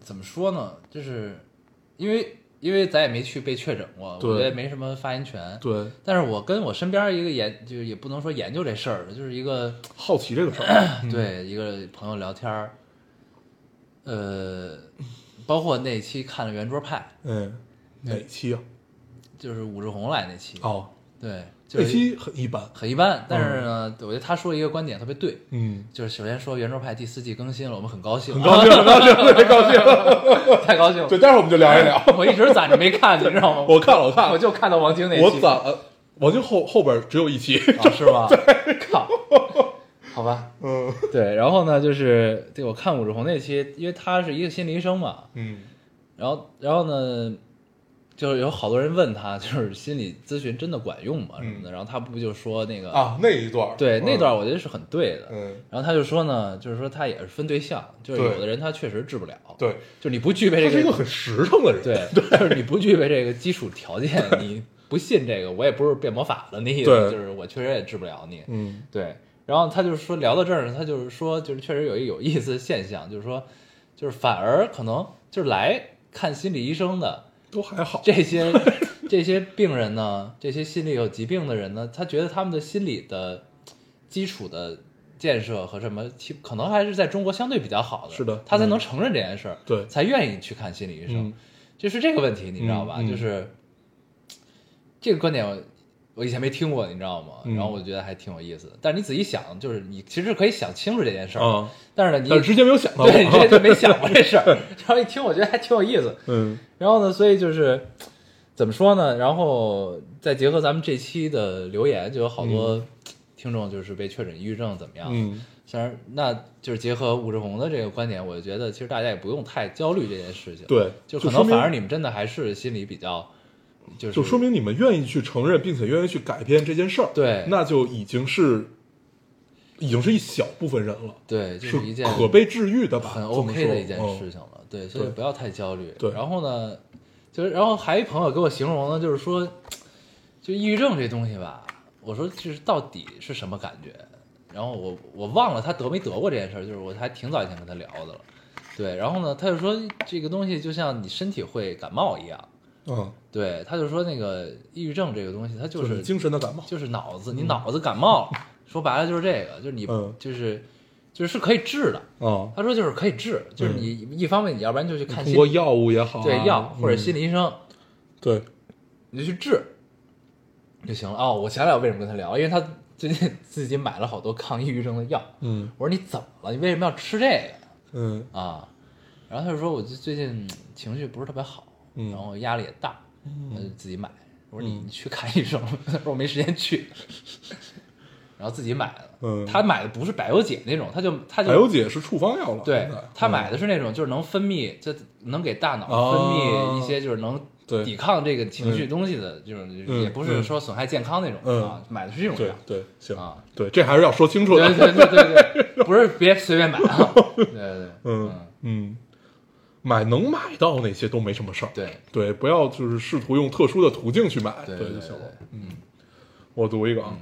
[SPEAKER 1] 怎么说呢？就是因为因为咱也没去被确诊过，我
[SPEAKER 2] 对
[SPEAKER 1] 觉得没什么发言权。，
[SPEAKER 2] 对，
[SPEAKER 1] 但是我跟我身边一个研，就是也不能说研究这事儿，就是一个、
[SPEAKER 2] 好奇这个事儿。
[SPEAKER 1] 对一个朋友聊天儿，呃，包括那期看了圆桌派，
[SPEAKER 2] 嗯，哪期啊？
[SPEAKER 1] 就是武志红来那期，
[SPEAKER 2] 哦，
[SPEAKER 1] 对，就
[SPEAKER 2] 这
[SPEAKER 1] 是
[SPEAKER 2] 期嗯很一般。
[SPEAKER 1] 很一般，但是呢，我觉得他说一个观点特别对。
[SPEAKER 2] 嗯，
[SPEAKER 1] 就是首先说圆桌派第四季更新了，我们很高兴，
[SPEAKER 2] 很高兴，很高兴，特别高兴。
[SPEAKER 1] 太高兴了
[SPEAKER 2] 对，。待会儿我们就聊一聊。
[SPEAKER 1] 我一直攒着没看，你知道吗？
[SPEAKER 2] 我看了，我看
[SPEAKER 1] 我
[SPEAKER 2] 了，
[SPEAKER 1] 就看到王晶那期，
[SPEAKER 2] 我攒。王晶后后边只有一期。
[SPEAKER 1] 啊，是吗？ 靠，好吧，
[SPEAKER 2] 嗯
[SPEAKER 1] 对，然后呢，就是对我看武志红那期，因为他是一个心理医生嘛，
[SPEAKER 2] 嗯
[SPEAKER 1] 然后然后呢，就是有好多人问他，就是心理咨询真的管用吗什么的，然后他不就说那个，
[SPEAKER 2] 嗯啊，那一段儿
[SPEAKER 1] 对
[SPEAKER 2] 嗯
[SPEAKER 1] 那段我觉得是很对的，
[SPEAKER 2] 嗯，
[SPEAKER 1] 然后他就说呢，就是说他也是分对象，就是
[SPEAKER 2] 对
[SPEAKER 1] 有的人他确实治不了，，
[SPEAKER 2] 对，
[SPEAKER 1] 就是你不具备
[SPEAKER 2] 他是
[SPEAKER 1] 这
[SPEAKER 2] 一个很实诚的人。
[SPEAKER 1] 对，就是你不具备这个基础条件，你不信这个，我也不是变魔法的那意思，
[SPEAKER 2] 对
[SPEAKER 1] 就是我确实也治不了你。
[SPEAKER 2] 嗯
[SPEAKER 1] 对，然后他就是说聊到这儿呢，他就是说，就是确实有一有意思的现象，就是说，就是反而可能就是来看心理医生的
[SPEAKER 2] 都还好。
[SPEAKER 1] 这些 这些病人呢，这些心理有疾病的人呢，他觉得他们的心理的基础的。建设和什么，其可能还是在中国相对比较好的，
[SPEAKER 2] 是的
[SPEAKER 1] 他才能承认这件事儿，
[SPEAKER 2] 对
[SPEAKER 1] 才愿意去看心理医生。
[SPEAKER 2] 嗯
[SPEAKER 1] 就是这个问题，你知道吧？
[SPEAKER 2] 嗯嗯
[SPEAKER 1] 就是这个观点我，我以前没听过，你知道吗？
[SPEAKER 2] 嗯
[SPEAKER 1] 然后我觉得还挺有意思的。但是你仔细想，就是你其实可以想清楚这件事儿，
[SPEAKER 2] 啊，
[SPEAKER 1] 但是呢，你
[SPEAKER 2] 但是之前没有想到 过。
[SPEAKER 1] 对你这就没想过这 事儿。然后一听，我觉得还挺有意思。
[SPEAKER 2] 嗯
[SPEAKER 1] 然后呢，所以就是怎么说呢？然后再结合咱们这期的留言，就有好多听众就是被确诊抑郁症怎么样？
[SPEAKER 2] 嗯，
[SPEAKER 1] 虽然那就是结合武志红的这个观点，我觉得其实大家也不用太焦虑这件事情。
[SPEAKER 2] 对，
[SPEAKER 1] 就
[SPEAKER 2] 就
[SPEAKER 1] 可
[SPEAKER 2] 说
[SPEAKER 1] 能
[SPEAKER 2] 明
[SPEAKER 1] 反而你们真的还是心里比较，就是
[SPEAKER 2] 就说明你们愿意去承认，并且愿意去改变这件事儿，
[SPEAKER 1] 对
[SPEAKER 2] 那就已经是已经是一小部分人了，
[SPEAKER 1] 对，就是一件
[SPEAKER 2] 可被治愈的吧，
[SPEAKER 1] 很
[SPEAKER 2] 这么
[SPEAKER 1] OK
[SPEAKER 2] 说
[SPEAKER 1] 的一件事
[SPEAKER 2] 嗯
[SPEAKER 1] 情了。对，所以
[SPEAKER 2] 对
[SPEAKER 1] 不要太焦虑。
[SPEAKER 2] 对
[SPEAKER 1] 然后呢，就是然后还一朋友给我形容呢，就是说，就抑郁症这东西吧，我说就是到底是什么感觉？然后我我忘了他得没得过这件事儿，就是我还挺早以前跟他聊的了。对，然后呢，他就说这个东西就像你身体会感冒一样。
[SPEAKER 2] 嗯，
[SPEAKER 1] 对，他就说那个抑郁症这个东西，它
[SPEAKER 2] 就
[SPEAKER 1] 就是
[SPEAKER 2] 精神的感冒，
[SPEAKER 1] 就是脑子，你脑子感冒了，说白了就是这个，就是你
[SPEAKER 2] 嗯
[SPEAKER 1] 就是就是可以治的。
[SPEAKER 2] 啊，
[SPEAKER 1] 他说就是可以治，就是你一方面你要不然就去嗯看
[SPEAKER 2] 通
[SPEAKER 1] 心
[SPEAKER 2] 过
[SPEAKER 1] 理
[SPEAKER 2] 药物也好啊，
[SPEAKER 1] 对药或者
[SPEAKER 2] 嗯
[SPEAKER 1] 心理医生，
[SPEAKER 2] 对，
[SPEAKER 1] 你就去治就行了。哦，我想想为什么跟他聊，因为他最近自己买了好多抗抑郁症的药。
[SPEAKER 2] 嗯
[SPEAKER 1] 我说你怎么了？你为什么要吃这个
[SPEAKER 2] 嗯
[SPEAKER 1] 啊？然后他就说我就最近情绪不是特别好，
[SPEAKER 2] 嗯
[SPEAKER 1] 然后压力也大，他就
[SPEAKER 2] 嗯
[SPEAKER 1] 自己买。我说你
[SPEAKER 2] 嗯
[SPEAKER 1] 你去看医生，他说我没时间去， 然后自己买了。
[SPEAKER 2] 嗯，
[SPEAKER 1] 他买的不是百忧解那种，他就他
[SPEAKER 2] 海油
[SPEAKER 1] 就
[SPEAKER 2] 姐是处方药了，
[SPEAKER 1] 对
[SPEAKER 2] 现在
[SPEAKER 1] 他
[SPEAKER 2] 嗯
[SPEAKER 1] 买的是那种就是能分泌，就能给大脑分泌
[SPEAKER 2] 哦
[SPEAKER 1] 一些就是能
[SPEAKER 2] 对
[SPEAKER 1] 抵抗这个情绪
[SPEAKER 2] 嗯
[SPEAKER 1] 东西的这种，
[SPEAKER 2] 嗯
[SPEAKER 1] 也不是说损害健康那种
[SPEAKER 2] 嗯
[SPEAKER 1] 啊，买的是这种
[SPEAKER 2] 对
[SPEAKER 1] 药。
[SPEAKER 2] 对行
[SPEAKER 1] 啊，
[SPEAKER 2] 对这还是要说清楚
[SPEAKER 1] 对对
[SPEAKER 2] 的，
[SPEAKER 1] 对对对，不是别随便买啊！对对对，
[SPEAKER 2] 嗯嗯，买能买到那些都没什么事儿。
[SPEAKER 1] 对
[SPEAKER 2] 对，不要就是试图用特殊的途径去买，
[SPEAKER 1] 对对
[SPEAKER 2] 就行了
[SPEAKER 1] 对。
[SPEAKER 2] 嗯，我读一个啊，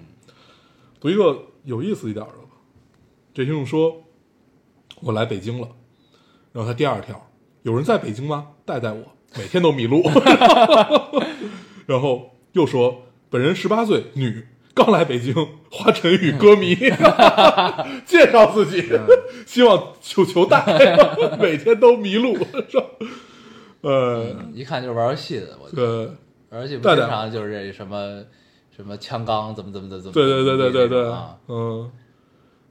[SPEAKER 2] 读一个有意思一点的吧。这听众说，我来北京了，然后他第二条，有人在北京吗？带带我，每天都迷路。 然后又说，本人十八岁，女，刚来北京，花晨宇歌迷， 介绍自己，
[SPEAKER 1] 嗯
[SPEAKER 2] 希望求求带， 每天都迷路。 是吧呃，
[SPEAKER 1] 嗯一看就是玩游戏的，我觉得，
[SPEAKER 2] 对，
[SPEAKER 1] 而且不
[SPEAKER 2] 带
[SPEAKER 1] 经
[SPEAKER 2] 带
[SPEAKER 1] 常就是这什么什么枪钢怎么怎么怎么怎么，
[SPEAKER 2] 对对对对对对
[SPEAKER 1] 啊，，
[SPEAKER 2] 嗯，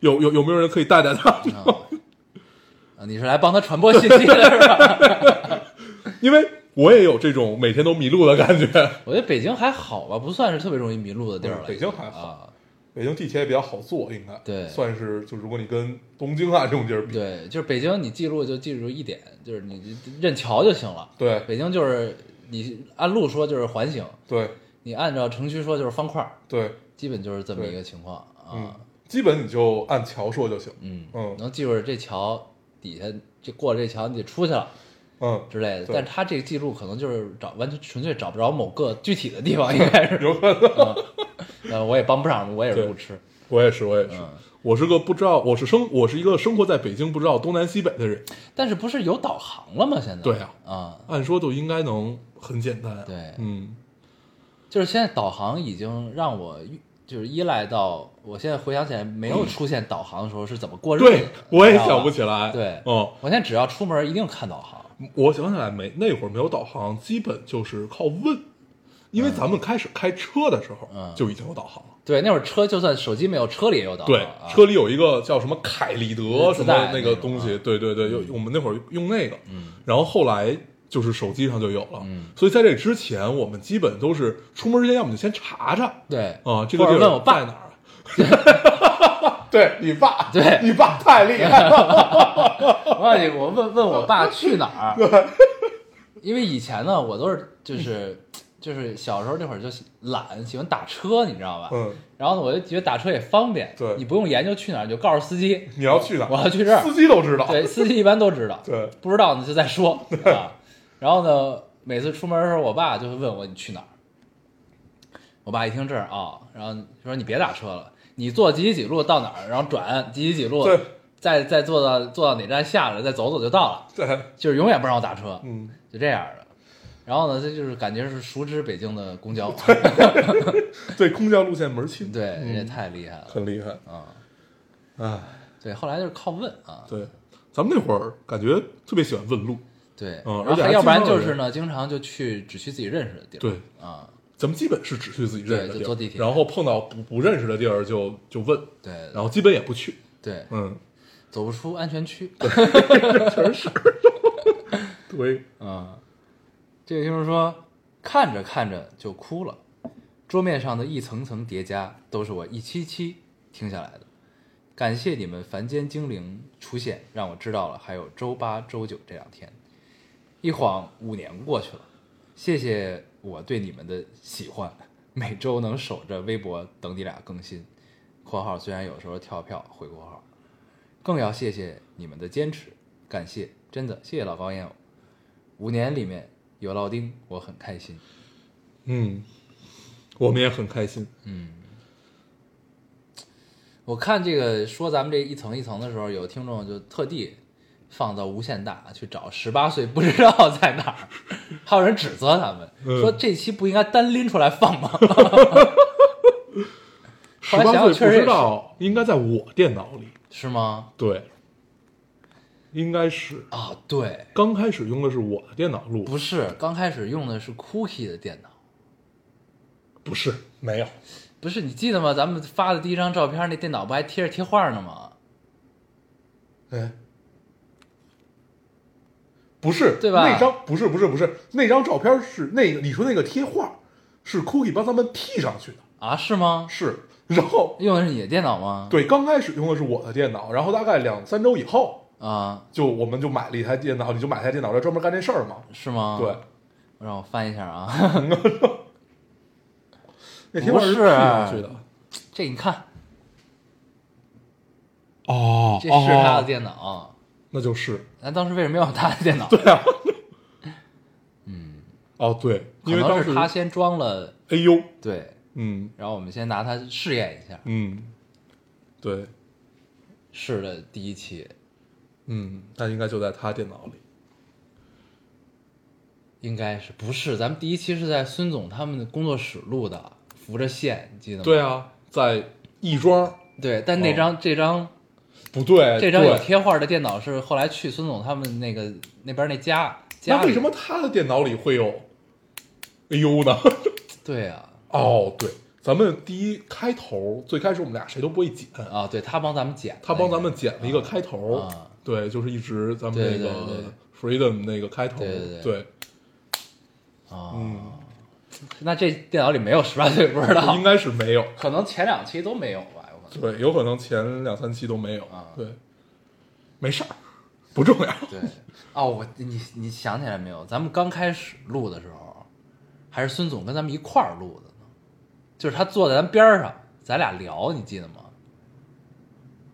[SPEAKER 2] 有有有没有人可以带带他？
[SPEAKER 1] 啊你是来帮他传播信息的是吧？
[SPEAKER 2] 因为我也有这种每天都迷路的感觉。
[SPEAKER 1] 我觉得北京还好吧，不算是特别容易迷路的地儿了。
[SPEAKER 2] 嗯北京还好
[SPEAKER 1] 啊，
[SPEAKER 2] 北京地铁也比较好坐，应该
[SPEAKER 1] 对
[SPEAKER 2] 算是就如果你跟东京啊这种地儿比，
[SPEAKER 1] 对，就是北京你记录就记住一点，就是你认桥就行了。
[SPEAKER 2] 对
[SPEAKER 1] 北京就是你按路说就是环形，
[SPEAKER 2] 对
[SPEAKER 1] 你按照城区说就是方块儿，
[SPEAKER 2] 对，
[SPEAKER 1] 基本就是这么
[SPEAKER 2] 对
[SPEAKER 1] 一个情况
[SPEAKER 2] 嗯
[SPEAKER 1] 啊。，
[SPEAKER 2] 基本你就按桥说就行，
[SPEAKER 1] 嗯
[SPEAKER 2] 嗯
[SPEAKER 1] 能记住这桥底下就过了这桥你得出去了
[SPEAKER 2] 嗯，
[SPEAKER 1] 之类的。
[SPEAKER 2] 对
[SPEAKER 1] 但是他这个记录可能就是找完全纯粹找不着某个具体的地 方，应该是。
[SPEAKER 2] 有可能。
[SPEAKER 1] 呃，我也帮不上，我也是
[SPEAKER 2] 对
[SPEAKER 1] 路痴。
[SPEAKER 2] 我也是，我也是
[SPEAKER 1] 嗯，
[SPEAKER 2] 我是个不知道，我是生，我是一个生活在北京不知道东南西北的人，
[SPEAKER 1] 但是不是有导航了吗？现在
[SPEAKER 2] 对啊
[SPEAKER 1] 啊，
[SPEAKER 2] 按说就应该能很简单啊。
[SPEAKER 1] 对
[SPEAKER 2] 嗯，
[SPEAKER 1] 就是现在导航已经让我依就是依赖到，我现在回想起来没有出现导航的时候是怎么过日子的
[SPEAKER 2] 嗯对，我也想不
[SPEAKER 1] 来。
[SPEAKER 2] 起来。
[SPEAKER 1] 对
[SPEAKER 2] 嗯，
[SPEAKER 1] 我现在只要出门一定看导航。
[SPEAKER 2] 我想起来没，那会儿没有导航，基本就是靠问，因为咱们开始开车的时候、
[SPEAKER 1] 嗯
[SPEAKER 2] 就已经有导航了。
[SPEAKER 1] 对，那会儿车就算手机没有，车里也有导航。
[SPEAKER 2] 对，
[SPEAKER 1] 啊、
[SPEAKER 2] 车里有一个叫什么凯立德
[SPEAKER 1] 自
[SPEAKER 2] 什么
[SPEAKER 1] 带
[SPEAKER 2] 那
[SPEAKER 1] 那
[SPEAKER 2] 个
[SPEAKER 1] 种
[SPEAKER 2] 东西，
[SPEAKER 1] 啊
[SPEAKER 2] 对对对，有我们那会儿用那个，然后后来就是手机上就有了，
[SPEAKER 1] 嗯
[SPEAKER 2] 所以在这之前，我们基本都是出门之前，要么就先查查
[SPEAKER 1] 对
[SPEAKER 2] 啊，这个
[SPEAKER 1] 或者
[SPEAKER 2] 地儿
[SPEAKER 1] 问我爸
[SPEAKER 2] 在哪儿啊。 对你 爸，
[SPEAKER 1] 对
[SPEAKER 2] 你爸太厉害 了。
[SPEAKER 1] 我告诉你，我问问我爸去哪儿， 因为以前呢，我都是就是就是小时候那会儿就喜懒，喜欢打车，你知道吧？
[SPEAKER 2] 嗯，
[SPEAKER 1] 然后呢，我就觉得打车也方便，
[SPEAKER 2] 对
[SPEAKER 1] 你不用研究去哪儿，你就告诉司 机，
[SPEAKER 2] 你要去哪儿？
[SPEAKER 1] 我要去这儿
[SPEAKER 2] 司机都知道。
[SPEAKER 1] 对，司机一般都知 道，
[SPEAKER 2] 对
[SPEAKER 1] 不知道呢就再说 啊。然后呢，每次出门的时候，我爸就会问我你去哪儿。我爸一听这儿啊、然后说你别打车了，你坐几几几路到哪儿，然后转几几几路，
[SPEAKER 2] 对
[SPEAKER 1] 再再坐到坐到哪站下来，再走走就到了，
[SPEAKER 2] 对，
[SPEAKER 1] 就是永远不让我打车，
[SPEAKER 2] 嗯，
[SPEAKER 1] 就这样的。然后呢，这就是感觉是熟知北京的公 交，
[SPEAKER 2] 对，空降路线门儿 清，
[SPEAKER 1] 对，
[SPEAKER 2] 嗯
[SPEAKER 1] 这太厉害了
[SPEAKER 2] 很厉害
[SPEAKER 1] 啊、
[SPEAKER 2] 哎，
[SPEAKER 1] 对，后来就是靠问啊，
[SPEAKER 2] 对，咱们那会儿感觉特别喜欢问路，
[SPEAKER 1] 对，
[SPEAKER 2] 嗯
[SPEAKER 1] 然
[SPEAKER 2] 而且
[SPEAKER 1] 后
[SPEAKER 2] 还
[SPEAKER 1] 要不然
[SPEAKER 2] 经常有
[SPEAKER 1] 就是
[SPEAKER 2] 人
[SPEAKER 1] 呢，经常就去只去自己认识的地儿，
[SPEAKER 2] 对
[SPEAKER 1] 啊，
[SPEAKER 2] 咱们基本是只去自己认识
[SPEAKER 1] 对
[SPEAKER 2] 的地
[SPEAKER 1] 就
[SPEAKER 2] 儿，
[SPEAKER 1] 坐地铁
[SPEAKER 2] 然后碰到不不认识的地儿就就问，
[SPEAKER 1] 对，然
[SPEAKER 2] 然后基本也不去，
[SPEAKER 1] 对，
[SPEAKER 2] 嗯，
[SPEAKER 1] 走不出安全区。
[SPEAKER 2] 对，
[SPEAKER 1] 嗯，这个听众说，看着看着就哭了，桌面上的一层层叠加，都是我一期期听下来的。感谢你们凡间精灵出现，让我知道了还有周八、周九这两天。一晃五年过去了，谢谢我对你们的喜欢，每周能守着微博等你俩更新。（括号虽然有时候跳票，回括号）更要谢谢你们的坚持，感谢，真的谢谢老哦高烟友。五年里面有老丁，我很开心。
[SPEAKER 2] 嗯，我们也很开心，
[SPEAKER 1] 我看这个说咱们这一层一层的时候，有听众就特地放到无限大去找十八岁不知道在哪儿，还有人指责他们、
[SPEAKER 2] 嗯
[SPEAKER 1] 说这期不应该单拎出来放吗？
[SPEAKER 2] 十
[SPEAKER 1] 后来想
[SPEAKER 2] 八
[SPEAKER 1] 想
[SPEAKER 2] 岁
[SPEAKER 1] 确实
[SPEAKER 2] 不
[SPEAKER 1] 也
[SPEAKER 2] 知道应该在我电脑里，
[SPEAKER 1] 是吗？
[SPEAKER 2] 对，应该是
[SPEAKER 1] 啊，对，
[SPEAKER 2] 刚开始用的是我的电脑录，
[SPEAKER 1] 不是，刚开始用的是 Cookie 的电脑，
[SPEAKER 2] 不是没有，
[SPEAKER 1] 不是你记得吗？咱们发的第一张照片，那电脑不还贴着贴画呢吗？
[SPEAKER 2] 哎，不是，
[SPEAKER 1] 对吧
[SPEAKER 2] 那张不是不是不是那张照片是那个你说那个贴画是 Cookie 帮咱们 P 上去的，
[SPEAKER 1] 啊，是吗？
[SPEAKER 2] 是，然后
[SPEAKER 1] 用的是你的电脑吗？
[SPEAKER 2] 对，刚开始用的是我的电脑，然后大概两三周以后，
[SPEAKER 1] 啊，
[SPEAKER 2] 就我们就买了一台电脑，你就买台电脑来专门干这事儿嘛。
[SPEAKER 1] 是吗？
[SPEAKER 2] 对，，
[SPEAKER 1] 让我翻一下啊，
[SPEAKER 2] 那贴画
[SPEAKER 1] 不是啊
[SPEAKER 2] P 上去的。
[SPEAKER 1] 这你看，
[SPEAKER 2] 哦
[SPEAKER 1] 这是他的电脑，
[SPEAKER 2] 那就是
[SPEAKER 1] 那当时为什么要他的电脑？
[SPEAKER 2] 对 啊，嗯，哦对，
[SPEAKER 1] 可
[SPEAKER 2] 因为当
[SPEAKER 1] 能
[SPEAKER 2] 时
[SPEAKER 1] 是他先装了，
[SPEAKER 2] 哎呦，
[SPEAKER 1] 对，
[SPEAKER 2] 嗯
[SPEAKER 1] 然后我们先拿它试验一下，
[SPEAKER 2] 嗯，对，
[SPEAKER 1] 试了第一期，
[SPEAKER 2] 嗯，那应该就在他电脑里，
[SPEAKER 1] 应该是不是？咱们第一期是在孙总他们的工作室录的，扶着线，你记得吗？
[SPEAKER 2] 对，啊，在亦庄，
[SPEAKER 1] 对，但那张、这张
[SPEAKER 2] 不对，
[SPEAKER 1] 这张有
[SPEAKER 2] 对
[SPEAKER 1] 贴画的电脑是后来去孙总他们那个那边那家家
[SPEAKER 2] 那
[SPEAKER 1] 里
[SPEAKER 2] 为什么他的电脑里会有哎呦呢？
[SPEAKER 1] 对啊，
[SPEAKER 2] 哦，对，咱们第一开头最开始我们俩谁都不会剪，
[SPEAKER 1] 啊，对他帮咱们剪的，
[SPEAKER 2] 他帮咱们剪了一个开头，
[SPEAKER 1] 啊
[SPEAKER 2] 对，就是一直咱们那
[SPEAKER 1] 对对
[SPEAKER 2] 个 freedom 那个开头，
[SPEAKER 1] 对对对啊，
[SPEAKER 2] 嗯，
[SPEAKER 1] 那这电脑里没有十八岁不知道
[SPEAKER 2] 应，该是没有，
[SPEAKER 1] 可能前两期都没有吧，有可能。
[SPEAKER 2] 对，有可能前两三期都没有，
[SPEAKER 1] 啊
[SPEAKER 2] 对，没事儿，不重要，
[SPEAKER 1] 对，哦，我你你想起来没有？咱们刚开始录的时候，还是孙总跟咱们一块儿录的呢，就是他坐在咱边儿上，咱俩聊，你记得吗？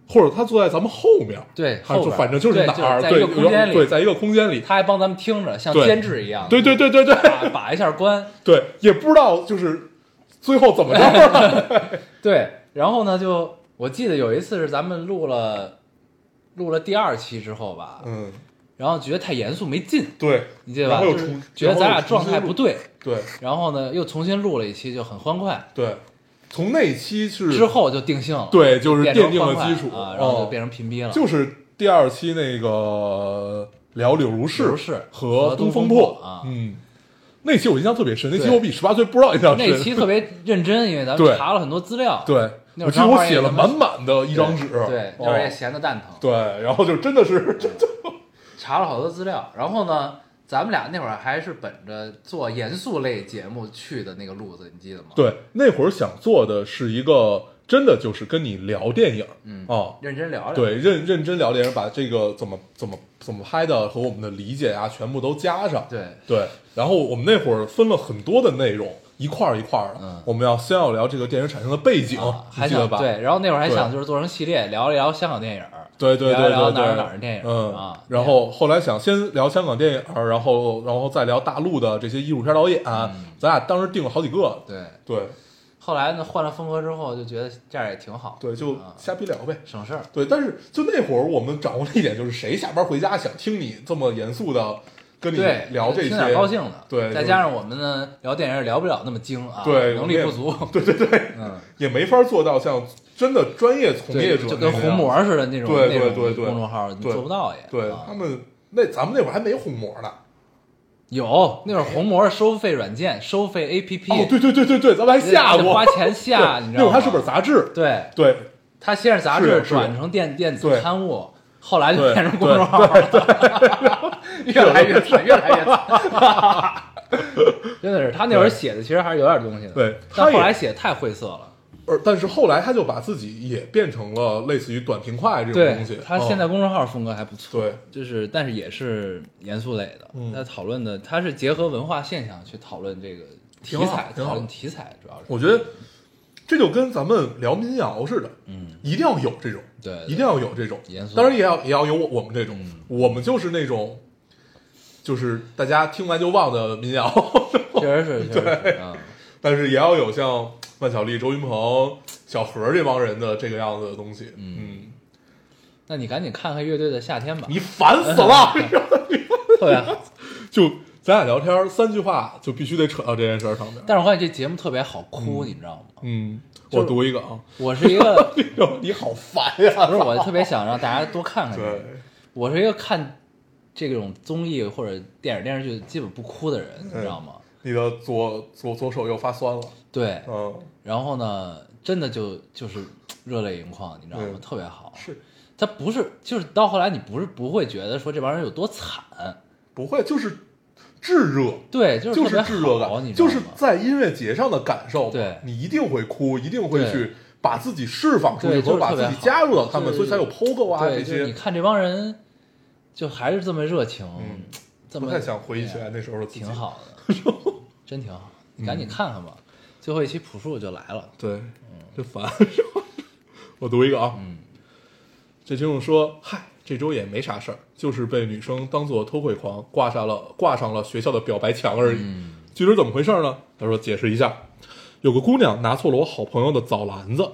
[SPEAKER 2] 或者他坐在咱们后面，
[SPEAKER 1] 对
[SPEAKER 2] 还
[SPEAKER 1] 后
[SPEAKER 2] 是就
[SPEAKER 1] 边
[SPEAKER 2] 反正就是
[SPEAKER 1] 对
[SPEAKER 2] 哪儿，
[SPEAKER 1] 就是在一个空间里
[SPEAKER 2] 有对，在一个空间里，
[SPEAKER 1] 他还帮咱们听着，像
[SPEAKER 2] 对
[SPEAKER 1] 监制一样，
[SPEAKER 2] 对对对对对
[SPEAKER 1] 把把一下 关，
[SPEAKER 2] 对，也不知道就是最后怎么着，
[SPEAKER 1] 对。然后呢，就我记得有一次是咱们录了录了第二期之后吧，
[SPEAKER 2] 嗯，
[SPEAKER 1] 然后觉得太严肃没劲，
[SPEAKER 2] 对，
[SPEAKER 1] 你记得吧？
[SPEAKER 2] 然后又
[SPEAKER 1] 就是
[SPEAKER 2] 重
[SPEAKER 1] 觉得咱
[SPEAKER 2] 然后
[SPEAKER 1] 俩
[SPEAKER 2] 又
[SPEAKER 1] 状态
[SPEAKER 2] 重新
[SPEAKER 1] 不
[SPEAKER 2] 录
[SPEAKER 1] 对，
[SPEAKER 2] 对
[SPEAKER 1] 然后呢又重新录了一期，就很欢快。
[SPEAKER 2] 对，从那一期是
[SPEAKER 1] 之后就定性了，
[SPEAKER 2] 对，就是
[SPEAKER 1] 变
[SPEAKER 2] 奠
[SPEAKER 1] 成
[SPEAKER 2] 定
[SPEAKER 1] 方
[SPEAKER 2] 了
[SPEAKER 1] 块
[SPEAKER 2] 基础，
[SPEAKER 1] 啊，然后就
[SPEAKER 2] 哦
[SPEAKER 1] 变成屏蔽了。
[SPEAKER 2] 就是第二期那个聊柳如
[SPEAKER 1] 柳
[SPEAKER 2] 是
[SPEAKER 1] 如是
[SPEAKER 2] 和
[SPEAKER 1] 和东
[SPEAKER 2] 风
[SPEAKER 1] 风
[SPEAKER 2] 破
[SPEAKER 1] 破啊
[SPEAKER 2] 嗯，那期我印象特别深，那期
[SPEAKER 1] 对
[SPEAKER 2] 我比十八岁不知道印象深，
[SPEAKER 1] 那期特别认真，因为咱
[SPEAKER 2] 对
[SPEAKER 1] 们查了很多资料，
[SPEAKER 2] 对，
[SPEAKER 1] 那会儿
[SPEAKER 2] 我记得
[SPEAKER 1] 张
[SPEAKER 2] 我
[SPEAKER 1] 花也
[SPEAKER 2] 写了
[SPEAKER 1] 他妈
[SPEAKER 2] 满满的
[SPEAKER 1] 对
[SPEAKER 2] 一张纸，
[SPEAKER 1] 对，
[SPEAKER 2] 哦
[SPEAKER 1] 那会儿也闲得蛋疼，
[SPEAKER 2] 对，然后就真 的是
[SPEAKER 1] 查了好多资料。然后呢，咱们俩那会儿还是本着做严肃类节目去的那个路子，你记得吗？，
[SPEAKER 2] 对，那会儿想做的是一个真的就是跟你聊电影，
[SPEAKER 1] 嗯
[SPEAKER 2] 哦，
[SPEAKER 1] 认真聊聊。，
[SPEAKER 2] 对，认认真聊电影，把这个怎么怎么怎么拍的和我们的理解啊，全部都加上。
[SPEAKER 1] 对
[SPEAKER 2] 对，然后我们那会儿分了很多的内容，一块儿一块儿的。
[SPEAKER 1] 嗯
[SPEAKER 2] 我们要先要聊这个电影产生的背景，
[SPEAKER 1] 啊
[SPEAKER 2] 你
[SPEAKER 1] 还
[SPEAKER 2] 记得
[SPEAKER 1] 想
[SPEAKER 2] 吧？
[SPEAKER 1] 对，然后那会儿还
[SPEAKER 2] 对
[SPEAKER 1] 想就是做成系列，聊一聊香港电影，
[SPEAKER 2] 对对对
[SPEAKER 1] 聊一聊
[SPEAKER 2] 对对，
[SPEAKER 1] 哪儿哪儿的电影
[SPEAKER 2] 嗯
[SPEAKER 1] 啊
[SPEAKER 2] 然后后来想先聊香港电影，然后然后再聊大陆的这些艺术片导演，啊咱俩当时定了好几个。
[SPEAKER 1] 嗯对。
[SPEAKER 2] 对
[SPEAKER 1] 后来呢，换了风格之后，就觉得这样也挺好，
[SPEAKER 2] 对，就
[SPEAKER 1] 啊
[SPEAKER 2] 瞎逼聊呗。
[SPEAKER 1] 省事儿。
[SPEAKER 2] 对，但是就那会儿我们掌握了一点，就是谁下班回家想听你这么严肃的跟你
[SPEAKER 1] 对，
[SPEAKER 2] 聊这些，
[SPEAKER 1] 听点高兴的。
[SPEAKER 2] 对，
[SPEAKER 1] 再加上我们呢聊电影也聊不了那么精啊，
[SPEAKER 2] 对
[SPEAKER 1] 能力不足。
[SPEAKER 2] 就是 对对对，
[SPEAKER 1] 嗯，
[SPEAKER 2] 也没法做到像真的专业从业
[SPEAKER 1] 对，
[SPEAKER 2] 者
[SPEAKER 1] 就
[SPEAKER 2] 那
[SPEAKER 1] 跟
[SPEAKER 2] 样
[SPEAKER 1] 红，魔似的那种
[SPEAKER 2] 啊对
[SPEAKER 1] 那
[SPEAKER 2] 对
[SPEAKER 1] 种
[SPEAKER 2] 对对
[SPEAKER 1] 公众号，你
[SPEAKER 2] 对
[SPEAKER 1] 做不到也。
[SPEAKER 2] 对
[SPEAKER 1] 啊
[SPEAKER 2] 他们那咱们那会儿还没红魔呢，
[SPEAKER 1] 有那会儿红魔收费软件、收费 APP，
[SPEAKER 2] 哦，对对对对对，咱们还下
[SPEAKER 1] 得
[SPEAKER 2] 过，
[SPEAKER 1] 花 钱下，
[SPEAKER 2] 对
[SPEAKER 1] 你知
[SPEAKER 2] 那
[SPEAKER 1] 道
[SPEAKER 2] 会
[SPEAKER 1] 吗？
[SPEAKER 2] 儿还是本杂志，
[SPEAKER 1] 对，
[SPEAKER 2] 对
[SPEAKER 1] 它先是杂
[SPEAKER 2] 是
[SPEAKER 1] 志，
[SPEAKER 2] 是
[SPEAKER 1] 转成电电
[SPEAKER 2] 对
[SPEAKER 1] 子刊物，后来就
[SPEAKER 2] 对
[SPEAKER 1] 变成公众号了， 越来越惨，越来越惨。 真的是，他那会儿写的其实还是有点东西的，
[SPEAKER 2] 对
[SPEAKER 1] 但
[SPEAKER 2] 他也
[SPEAKER 1] 后来写得太晦涩了。
[SPEAKER 2] 而但是后来他就把自己也变成了类似于短平快这种
[SPEAKER 1] 对
[SPEAKER 2] 东西，
[SPEAKER 1] 他
[SPEAKER 2] 嗯
[SPEAKER 1] 现在公众号风格还不错，
[SPEAKER 2] 对，
[SPEAKER 1] 就是但是也是严肃类的
[SPEAKER 2] 嗯，
[SPEAKER 1] 他讨论的他是结合文化现象去讨论这个题
[SPEAKER 2] 挺好
[SPEAKER 1] 材，
[SPEAKER 2] 挺好
[SPEAKER 1] 讨论题材主要是，
[SPEAKER 2] 我觉得这就跟咱们聊民谣似的，
[SPEAKER 1] 嗯，
[SPEAKER 2] 一定要有这种，
[SPEAKER 1] 对对
[SPEAKER 2] 一定要有这种
[SPEAKER 1] 严，肃
[SPEAKER 2] 当然也要也要有我我们这种
[SPEAKER 1] 嗯，
[SPEAKER 2] 我们就是那种，就是大家听完就忘的民谣，
[SPEAKER 1] 确实是，确实是，嗯，
[SPEAKER 2] 但是也要有像万晓利、周云鹏、小何这帮人的这个样子的东西，嗯，
[SPEAKER 1] 那你赶紧看看乐队的夏天吧，
[SPEAKER 2] 你烦死了，
[SPEAKER 1] 特别好。
[SPEAKER 2] 就咱俩聊天三句话就必须得扯到这件事儿上面，
[SPEAKER 1] 但是我发现这节目特别好哭，你知道吗？
[SPEAKER 2] 嗯，
[SPEAKER 1] 就
[SPEAKER 2] 我
[SPEAKER 1] 是
[SPEAKER 2] 读一个啊，
[SPEAKER 1] 我是一个，
[SPEAKER 2] 你好烦呀，
[SPEAKER 1] 不是我特别想让大家多看看这个
[SPEAKER 2] 对，
[SPEAKER 1] 我是一个看这种综艺或者电影电视剧基本不哭的人，你知道吗？
[SPEAKER 2] 你的左左左手又发酸了，
[SPEAKER 1] 对，
[SPEAKER 2] 嗯，
[SPEAKER 1] 然后呢，真的就就是热泪盈眶，你知道吗？
[SPEAKER 2] 嗯
[SPEAKER 1] 特别好。
[SPEAKER 2] 是。
[SPEAKER 1] 他不是，就是到后来你不是不会觉得说这帮人有多惨，
[SPEAKER 2] 不会，就是炙热，
[SPEAKER 1] 对，就
[SPEAKER 2] 就是
[SPEAKER 1] 特别
[SPEAKER 2] 炙热
[SPEAKER 1] 好你
[SPEAKER 2] 感，
[SPEAKER 1] 知道
[SPEAKER 2] 就
[SPEAKER 1] 吗
[SPEAKER 2] 是在音乐节上的感受嘛。
[SPEAKER 1] 对
[SPEAKER 2] 你一定会哭，一定会
[SPEAKER 1] 对
[SPEAKER 2] 去把自己释放出
[SPEAKER 1] 对
[SPEAKER 2] 去，和
[SPEAKER 1] 就是
[SPEAKER 2] 把
[SPEAKER 1] 特别
[SPEAKER 2] 自己
[SPEAKER 1] 好
[SPEAKER 2] 加入到他们，
[SPEAKER 1] 就是
[SPEAKER 2] 所以才有 POGO 啊
[SPEAKER 1] 对，
[SPEAKER 2] 这
[SPEAKER 1] 就是你
[SPEAKER 2] 些。
[SPEAKER 1] 看这帮人，就还是这么热情，
[SPEAKER 2] 嗯
[SPEAKER 1] 这
[SPEAKER 2] 不
[SPEAKER 1] 么
[SPEAKER 2] 太想回忆起来那时候的自己。嗯
[SPEAKER 1] 挺。好 的，真挺好，你赶紧看看吧。最后一期朴树就来了，
[SPEAKER 2] 对，真烦。我读一个啊，
[SPEAKER 1] 嗯，
[SPEAKER 2] 这听众说：“嗨，这周也没啥事儿，就是被女生当做偷窥狂挂上了挂上了学校的表白墙而已。
[SPEAKER 1] 嗯
[SPEAKER 2] 具体怎么回事呢？他说解释一下，有个姑娘拿错了我好朋友的澡篮子，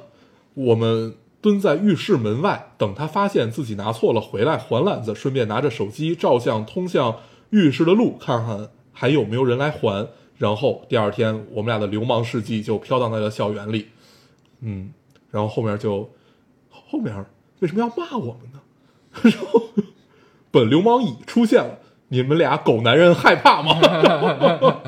[SPEAKER 2] 我们蹲在浴室门外等她发现自己拿错了回来还篮子，顺便拿着手机照相通向浴室的路，看看还有没有人来还。然后第二天，我们俩的流氓事迹就飘荡在了校园里。嗯，然后后面就后面为什么要骂我们呢？然后 本流氓乙出现了，你们俩狗男人害怕吗？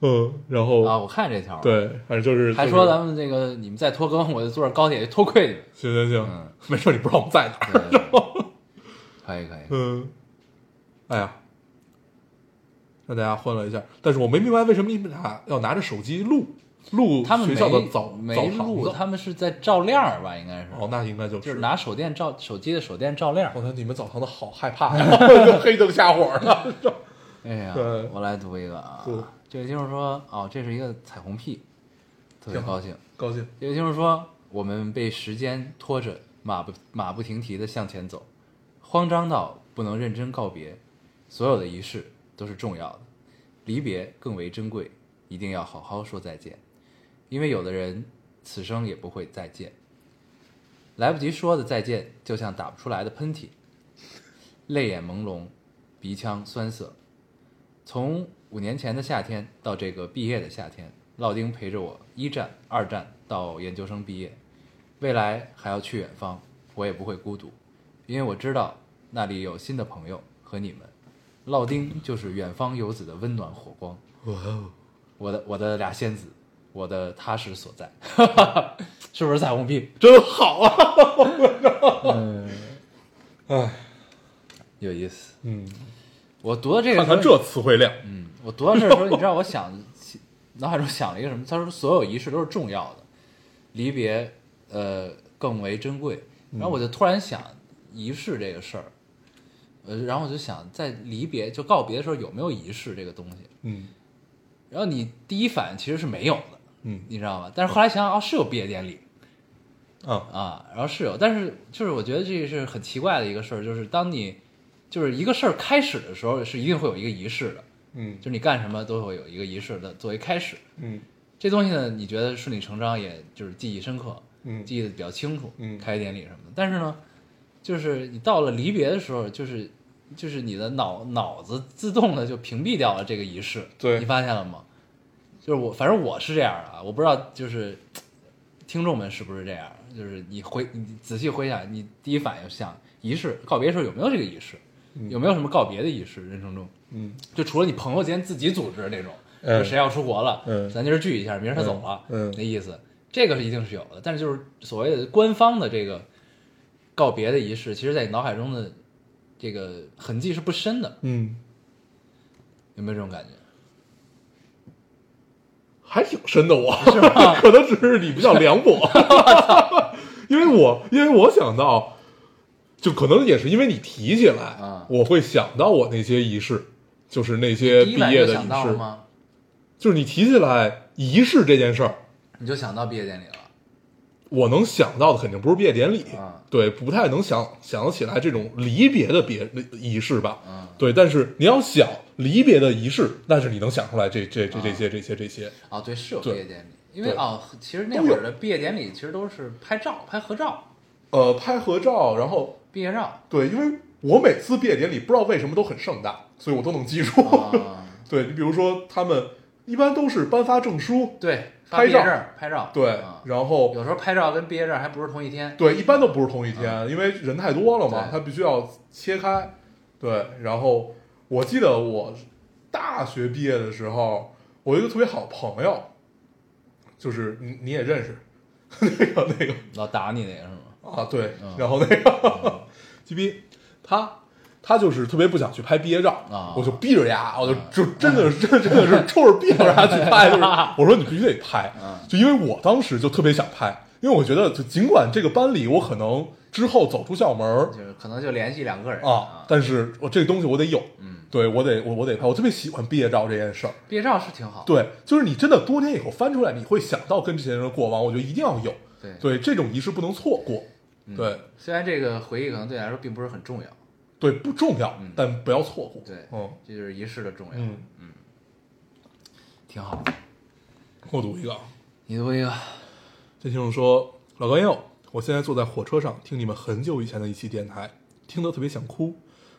[SPEAKER 2] 嗯，然后、
[SPEAKER 1] 啊，我看这条了，
[SPEAKER 2] 对，反正就是
[SPEAKER 1] 还说
[SPEAKER 2] 咱
[SPEAKER 1] 咱们这个你们再拖更，我就坐着高铁偷窥你们。
[SPEAKER 2] 行行行，
[SPEAKER 1] 嗯
[SPEAKER 2] 没事，你不知道我们在哪儿。
[SPEAKER 1] 对对对 可以可以，
[SPEAKER 2] 嗯，哎呀，让大家混了一下，但是我没明白为什么你们俩要拿着手机录录
[SPEAKER 1] 他们
[SPEAKER 2] 学校的
[SPEAKER 1] 没
[SPEAKER 2] 澡
[SPEAKER 1] 没
[SPEAKER 2] 澡堂
[SPEAKER 1] 录，
[SPEAKER 2] 子
[SPEAKER 1] 他们是在照亮儿吧？应该是，
[SPEAKER 2] 哦，那应该就是
[SPEAKER 1] 就是拿手电照手机的手电照亮儿
[SPEAKER 2] 我。操，你们澡堂子好害 怕呀，黑灯瞎火的。
[SPEAKER 1] 哎呀
[SPEAKER 2] 对，嗯
[SPEAKER 1] 我来读一个啊
[SPEAKER 2] 读，
[SPEAKER 1] 这位听众说，哦，这是一个彩虹屁，特别
[SPEAKER 2] 挺好
[SPEAKER 1] 高兴。
[SPEAKER 2] 高兴，
[SPEAKER 1] 这位听众说，我们被时间拖着，马不马不停蹄地向前走，慌张到不能认真告别，所有的仪式都是重要的，离别更为珍贵，一定要好好说再见，因为有的人此生也不会再见。来不及说的再见，就像打不出来的喷嚏，泪眼朦胧，鼻腔酸涩。从五年前的夏天到这个毕业的夏天，老丁陪着我一战、二战到研究生毕业，未来还要去远方，我也不会孤独，因为我知道那里有新的朋友和你们。老丁就是远方游子的温暖火光，
[SPEAKER 2] 哇哦，
[SPEAKER 1] 我的我的俩仙子，我的踏实所在， 是不是彩虹屁？
[SPEAKER 2] 真好啊！
[SPEAKER 1] 嗯
[SPEAKER 2] 哎
[SPEAKER 1] 有意思。
[SPEAKER 2] 嗯，
[SPEAKER 1] 我读到这个
[SPEAKER 2] 看
[SPEAKER 1] 时候，
[SPEAKER 2] 看这词汇量，
[SPEAKER 1] 嗯，我读到这儿的时候，你知道我想， 脑海中想了一个什么？他说所有仪式都是重要的，离别呃更为珍贵。然后我就突然想仪式这个事儿，呃，然后我就想在离别就告别的时候有没有仪式这个东西？
[SPEAKER 2] 嗯
[SPEAKER 1] 然后你第一反应其实是没有的，
[SPEAKER 2] 嗯
[SPEAKER 1] 你知道吗？但是后来想想啊，是有毕业典礼
[SPEAKER 2] 啊，
[SPEAKER 1] 啊，然后是有，但是就是我觉得这是很奇怪的一个事儿，就是当你就是一个事儿开始的时候，是一定会有一个仪式的。
[SPEAKER 2] 嗯
[SPEAKER 1] 就是你干什么都会有一个仪式的作为开始。
[SPEAKER 2] 嗯
[SPEAKER 1] 这东西呢，你觉得顺理成章，也就是记忆深刻，
[SPEAKER 2] 嗯
[SPEAKER 1] 记得比较清楚，
[SPEAKER 2] 嗯
[SPEAKER 1] 开业典礼什么的。但是呢，就是你到了离别的时候，就是就是你的脑脑子自动的就屏蔽掉了这个仪式，
[SPEAKER 2] 对
[SPEAKER 1] 你发现了吗？就是我，反正我是这样的啊，我不知道就是听众们是不是这样，就是你回你仔细回想，你第一反应想仪式告别的时候有没有这个仪式，有没有什么告别的仪式？人生中，
[SPEAKER 2] 嗯，
[SPEAKER 1] 就除了你朋友间自己组织的那种，
[SPEAKER 2] 嗯
[SPEAKER 1] 就谁要出国了，
[SPEAKER 2] 嗯
[SPEAKER 1] 咱今儿聚一下，明儿他走了，
[SPEAKER 2] 嗯嗯
[SPEAKER 1] 那意思，这个是一定是有的。但是就是所谓的官方的这个告别的仪式，其实在你脑海中的这个痕迹是不深的，
[SPEAKER 2] 嗯，
[SPEAKER 1] 有没有这种感觉？
[SPEAKER 2] 还挺深的我， 可能只是你比较凉 薄，因为我因为我想到，就可能也是因为你提起来，
[SPEAKER 1] 啊
[SPEAKER 2] 我会想到我那些仪式，就是那些
[SPEAKER 1] 第
[SPEAKER 2] 毕
[SPEAKER 1] 一晚
[SPEAKER 2] 业
[SPEAKER 1] 就
[SPEAKER 2] 的仪
[SPEAKER 1] 想到了
[SPEAKER 2] 式，
[SPEAKER 1] 吗？
[SPEAKER 2] 就是你提起来仪式这件事儿，
[SPEAKER 1] 你就想到毕业典礼了，
[SPEAKER 2] 我能想到的肯定不是毕业典礼，
[SPEAKER 1] 啊
[SPEAKER 2] 对，不太能想想得起来这种离别的别仪式吧，
[SPEAKER 1] 嗯
[SPEAKER 2] 对。但是你要想离别的仪式，但是你能想出来这这这这些这些这些，
[SPEAKER 1] 哦，对，是有毕
[SPEAKER 2] 对
[SPEAKER 1] 业典礼，因为
[SPEAKER 2] 对
[SPEAKER 1] 哦，其实那会儿的毕业典礼其实都是拍照、拍合照、
[SPEAKER 2] 呃，拍合照，然后
[SPEAKER 1] 毕业照
[SPEAKER 2] 对，因为我每次毕业典礼不知道为什么都很盛大，所以我都能记住。
[SPEAKER 1] 啊，
[SPEAKER 2] 对你比如说他们一般都是颁发证书，
[SPEAKER 1] 对，发
[SPEAKER 2] 拍
[SPEAKER 1] 毕业
[SPEAKER 2] 照
[SPEAKER 1] 证儿、拍照，
[SPEAKER 2] 对，
[SPEAKER 1] 啊
[SPEAKER 2] 然后
[SPEAKER 1] 有时候拍照跟毕业证儿还不是同一天，
[SPEAKER 2] 对，一般都不是同一天，因为人太多了嘛
[SPEAKER 1] 啊对，
[SPEAKER 2] 他必须要切开。对，然后我记得我大学毕业的时候，我有一个特别好的朋友，就是你你也认识， 那个那个
[SPEAKER 1] 老打你那个是吗？
[SPEAKER 2] 啊，对
[SPEAKER 1] 嗯，
[SPEAKER 2] 然后那个鸡逼，嗯他他就是特别不想去拍毕业照
[SPEAKER 1] 啊
[SPEAKER 2] 我就逼着丫，我就就真的是真真的是冲着逼着丫去拍， 就是我说你必须得拍，就因为我当时就特别想拍，因为我觉得就尽管这个班里我可能之后走出校门儿
[SPEAKER 1] 就是可能就联系两个人
[SPEAKER 2] 啊，但是我这个东西我得有，
[SPEAKER 1] 嗯，
[SPEAKER 2] 对我得我我得拍，我特别喜欢毕业照这件事儿，
[SPEAKER 1] 毕业照是挺好，
[SPEAKER 2] 对，就是你真的多年以后翻出来，你会想到跟这些人的过往，我觉得一定要有，
[SPEAKER 1] 对
[SPEAKER 2] 对，这种仪式不能错过，
[SPEAKER 1] 嗯
[SPEAKER 2] 对，
[SPEAKER 1] 虽然这个回忆可能对你来说并不是很重要，
[SPEAKER 2] 对，不重要，但不要错过。
[SPEAKER 1] 对，
[SPEAKER 2] 嗯
[SPEAKER 1] 这就是仪式的重要，
[SPEAKER 2] 嗯，
[SPEAKER 1] 挺好的。
[SPEAKER 2] 我读一个啊，
[SPEAKER 1] 你读一个，
[SPEAKER 2] 这听众说：“老高友，我现在坐在火车上听你们很久以前的一期电台，听得特别想哭，